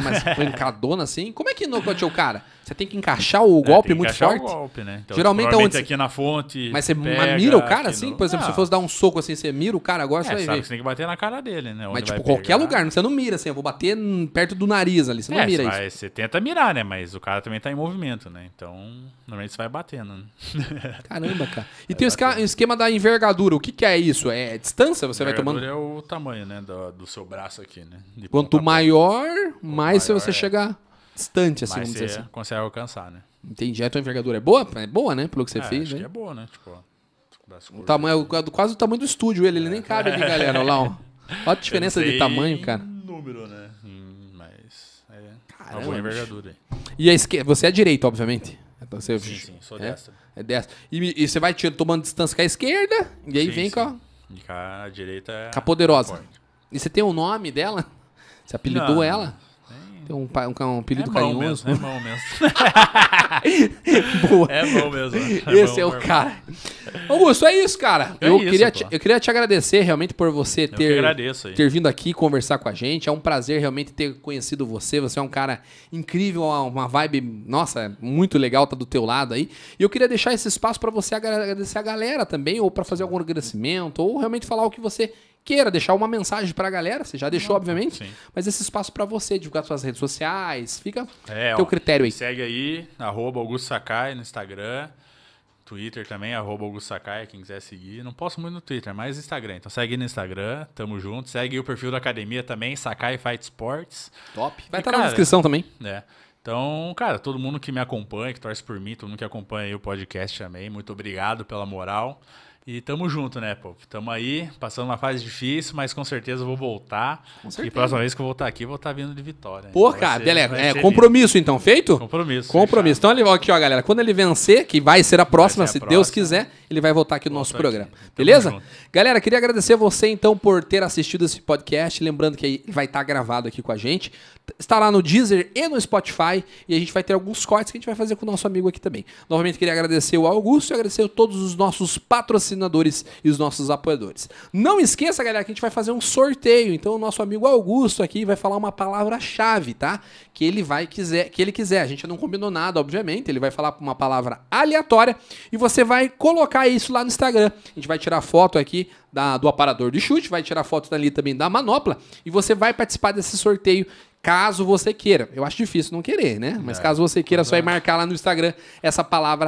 mas pancadona assim. Como é que nocauteou o cara? Você tem que encaixar o golpe
É, tem que
muito
achar
forte?
O golpe, né? Então,
Geralmente é
provavelmente
onde-
aqui na fonte.
Mas você
pega,
mira o cara
aqui
assim?
no-
Por exemplo,
não. Ah.
se fosse dar um soco assim, você mira o cara agora,
É,
você vai
sabe
ver.
que você tem que bater na cara dele, né?
Mas,
Onde
tipo,
vai
qualquer
pegar.
lugar, você não mira assim, eu vou bater n- perto do nariz ali, você não
é,
mira
você,
isso.
vai- você tenta mirar, né? Mas o cara também tá em movimento, né? Então, normalmente você vai batendo. Né?
Caramba, cara. E tem o esquema, o esquema da envergadura, o que que é isso? É distância? Você vai
Envergadura
tomando...
é o tamanho, né? Do, do seu braço aqui, né? De
Quanto
ponta a
maior, mais se
maior,
você
é.
chegar distante,
ponta,
assim,
mais
vamos
você
dizer assim.
consegue alcançar, né?
Entendi. A tua envergadura é boa? É boa, né? Pelo que você
é,
fez,
acho que
né?
é boa, né? Tipo, ó, braço
O
curto.
tamanho, é o- quase o tamanho do estúdio ele, ele nem cabe ali, galera. Olha lá, ó. Olha a
É. Eu
diferença
não
de
sei
tamanho,
em
cara.
número, né? Hum, mas... É,
Caramba,
uma boa
bicho.
envergadura aí.
E a esquerda, você é direito, obviamente. Então, você,
Sim, sim, sou
é,
dessa.
É dessa. E, me- e você vai tirando, tomando distância com a esquerda, e aí
Sim,
vem
sim.
com a,
E com a direita é...
com a poderosa.
forte.
E você tem o nome dela? Você apelidou
Não,
ela?
nem-
Tem um, pa- um, ca- um
É
apelido
bom
carinhoso?
mesmo, é bom mesmo.
Boa.
É bom mesmo.
Esse é
bom,
o
bom.
cara. Augusto, é isso, cara.
É
eu,
isso,
queria te,
pô.
eu queria te agradecer realmente por você
Eu que
ter
agradeço aí.
ter vindo aqui conversar com a gente. É um prazer realmente ter conhecido você. Você é um cara incrível, uma- uma vibe, nossa, muito legal, tá do teu lado aí. E eu queria deixar esse espaço pra você agra- agradecer a galera também, ou pra fazer algum agradecimento, ou realmente falar o que você queira, deixar uma mensagem pra galera. Você já deixou, obviamente,
Sim.
mas esse espaço pra você, divulgar suas redes sociais, fica
É,
teu
ó,
critério aí.
Segue aí, arroba Augusto Sakai no Instagram. Twitter também, arroba Augusto Sakai, quem quiser seguir. Não posso muito no Twitter, mas Instagram. Então segue no Instagram, tamo junto. Segue o perfil da academia também, Sakai Fight Sports.
Top. Vai
E,
estar na
cara,
descrição também.
né? Então, cara, todo mundo que me acompanha, que torce por mim, todo mundo que acompanha aí o podcast também, muito obrigado pela moral. E tamo junto, né, pô? Tamo aí, passando uma fase difícil, mas com certeza eu vou voltar.
Com certeza.
E próxima vez que eu voltar aqui, eu vou estar vindo de vitória.
Pô,
Vai
cara,
ser-
beleza.
vai
É,
ser
compromisso então, feito?
lindo. Compromisso.
Compromisso. Então, ele, ó, aqui, ó, galera, quando ele vencer, que vai ser a próxima,
é ser a
se Deus
próxima.
quiser, ele vai voltar aqui no nosso
aqui.
programa.
Tamo
Beleza?
junto.
Galera, queria agradecer você então por ter assistido esse podcast. Lembrando que aí vai estar gravado aqui com a gente. Está lá no Deezer e no Spotify. E a gente vai ter alguns cortes que a gente vai fazer com o nosso amigo aqui também. Novamente, queria agradecer o Augusto e agradecer a todos os nossos patrocinadores e os nossos apoiadores. Não esqueça, galera, que a gente vai fazer um sorteio. Então, o nosso amigo Augusto aqui vai falar uma palavra-chave, tá? Que ele vai quiser, que ele quiser. A gente não combinou nada, obviamente. Ele vai falar uma palavra aleatória e você vai colocar isso lá no Instagram. A gente vai tirar foto aqui da- do aparador de chute, vai tirar foto dali também da manopla e você vai participar desse sorteio caso você queira. Eu acho difícil não querer, né?
É.
Mas caso você queira, só vai marcar lá no Instagram essa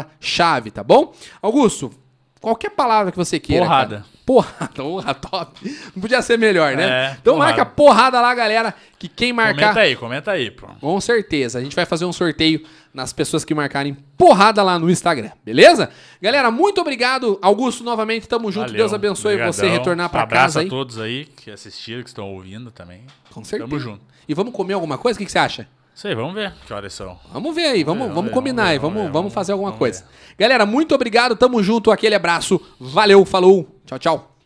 palavra-chave, tá bom? Augusto, qualquer palavra que você queira.
Porrada.
cara. Porrada, honra, top. Não podia ser melhor, né?
É,
então
porrada.
marca porrada lá, galera, que quem marcar.
Comenta aí, comenta aí, pô.
Com certeza. A gente vai fazer um sorteio nas pessoas que marcarem porrada lá no Instagram, beleza? Galera, muito obrigado. Augusto, novamente, tamo junto.
Valeu,
Deus abençoe
brigadão.
você retornar pra
Abraço
casa
a
aí.
todos aí que assistiram, que estão ouvindo também.
Com certeza.
Tamo junto.
E vamos comer alguma coisa? O que, que você acha?
Isso aí, vamos ver que horas são.
Vamos ver aí, vamos,
ver,
vamos
vamos
combinar
ver,
aí,
vamos
vamos,
ver,
vamos fazer alguma
vamos
coisa. Galera, muito obrigado, tamo junto, aquele abraço, valeu, falou, tchau, tchau.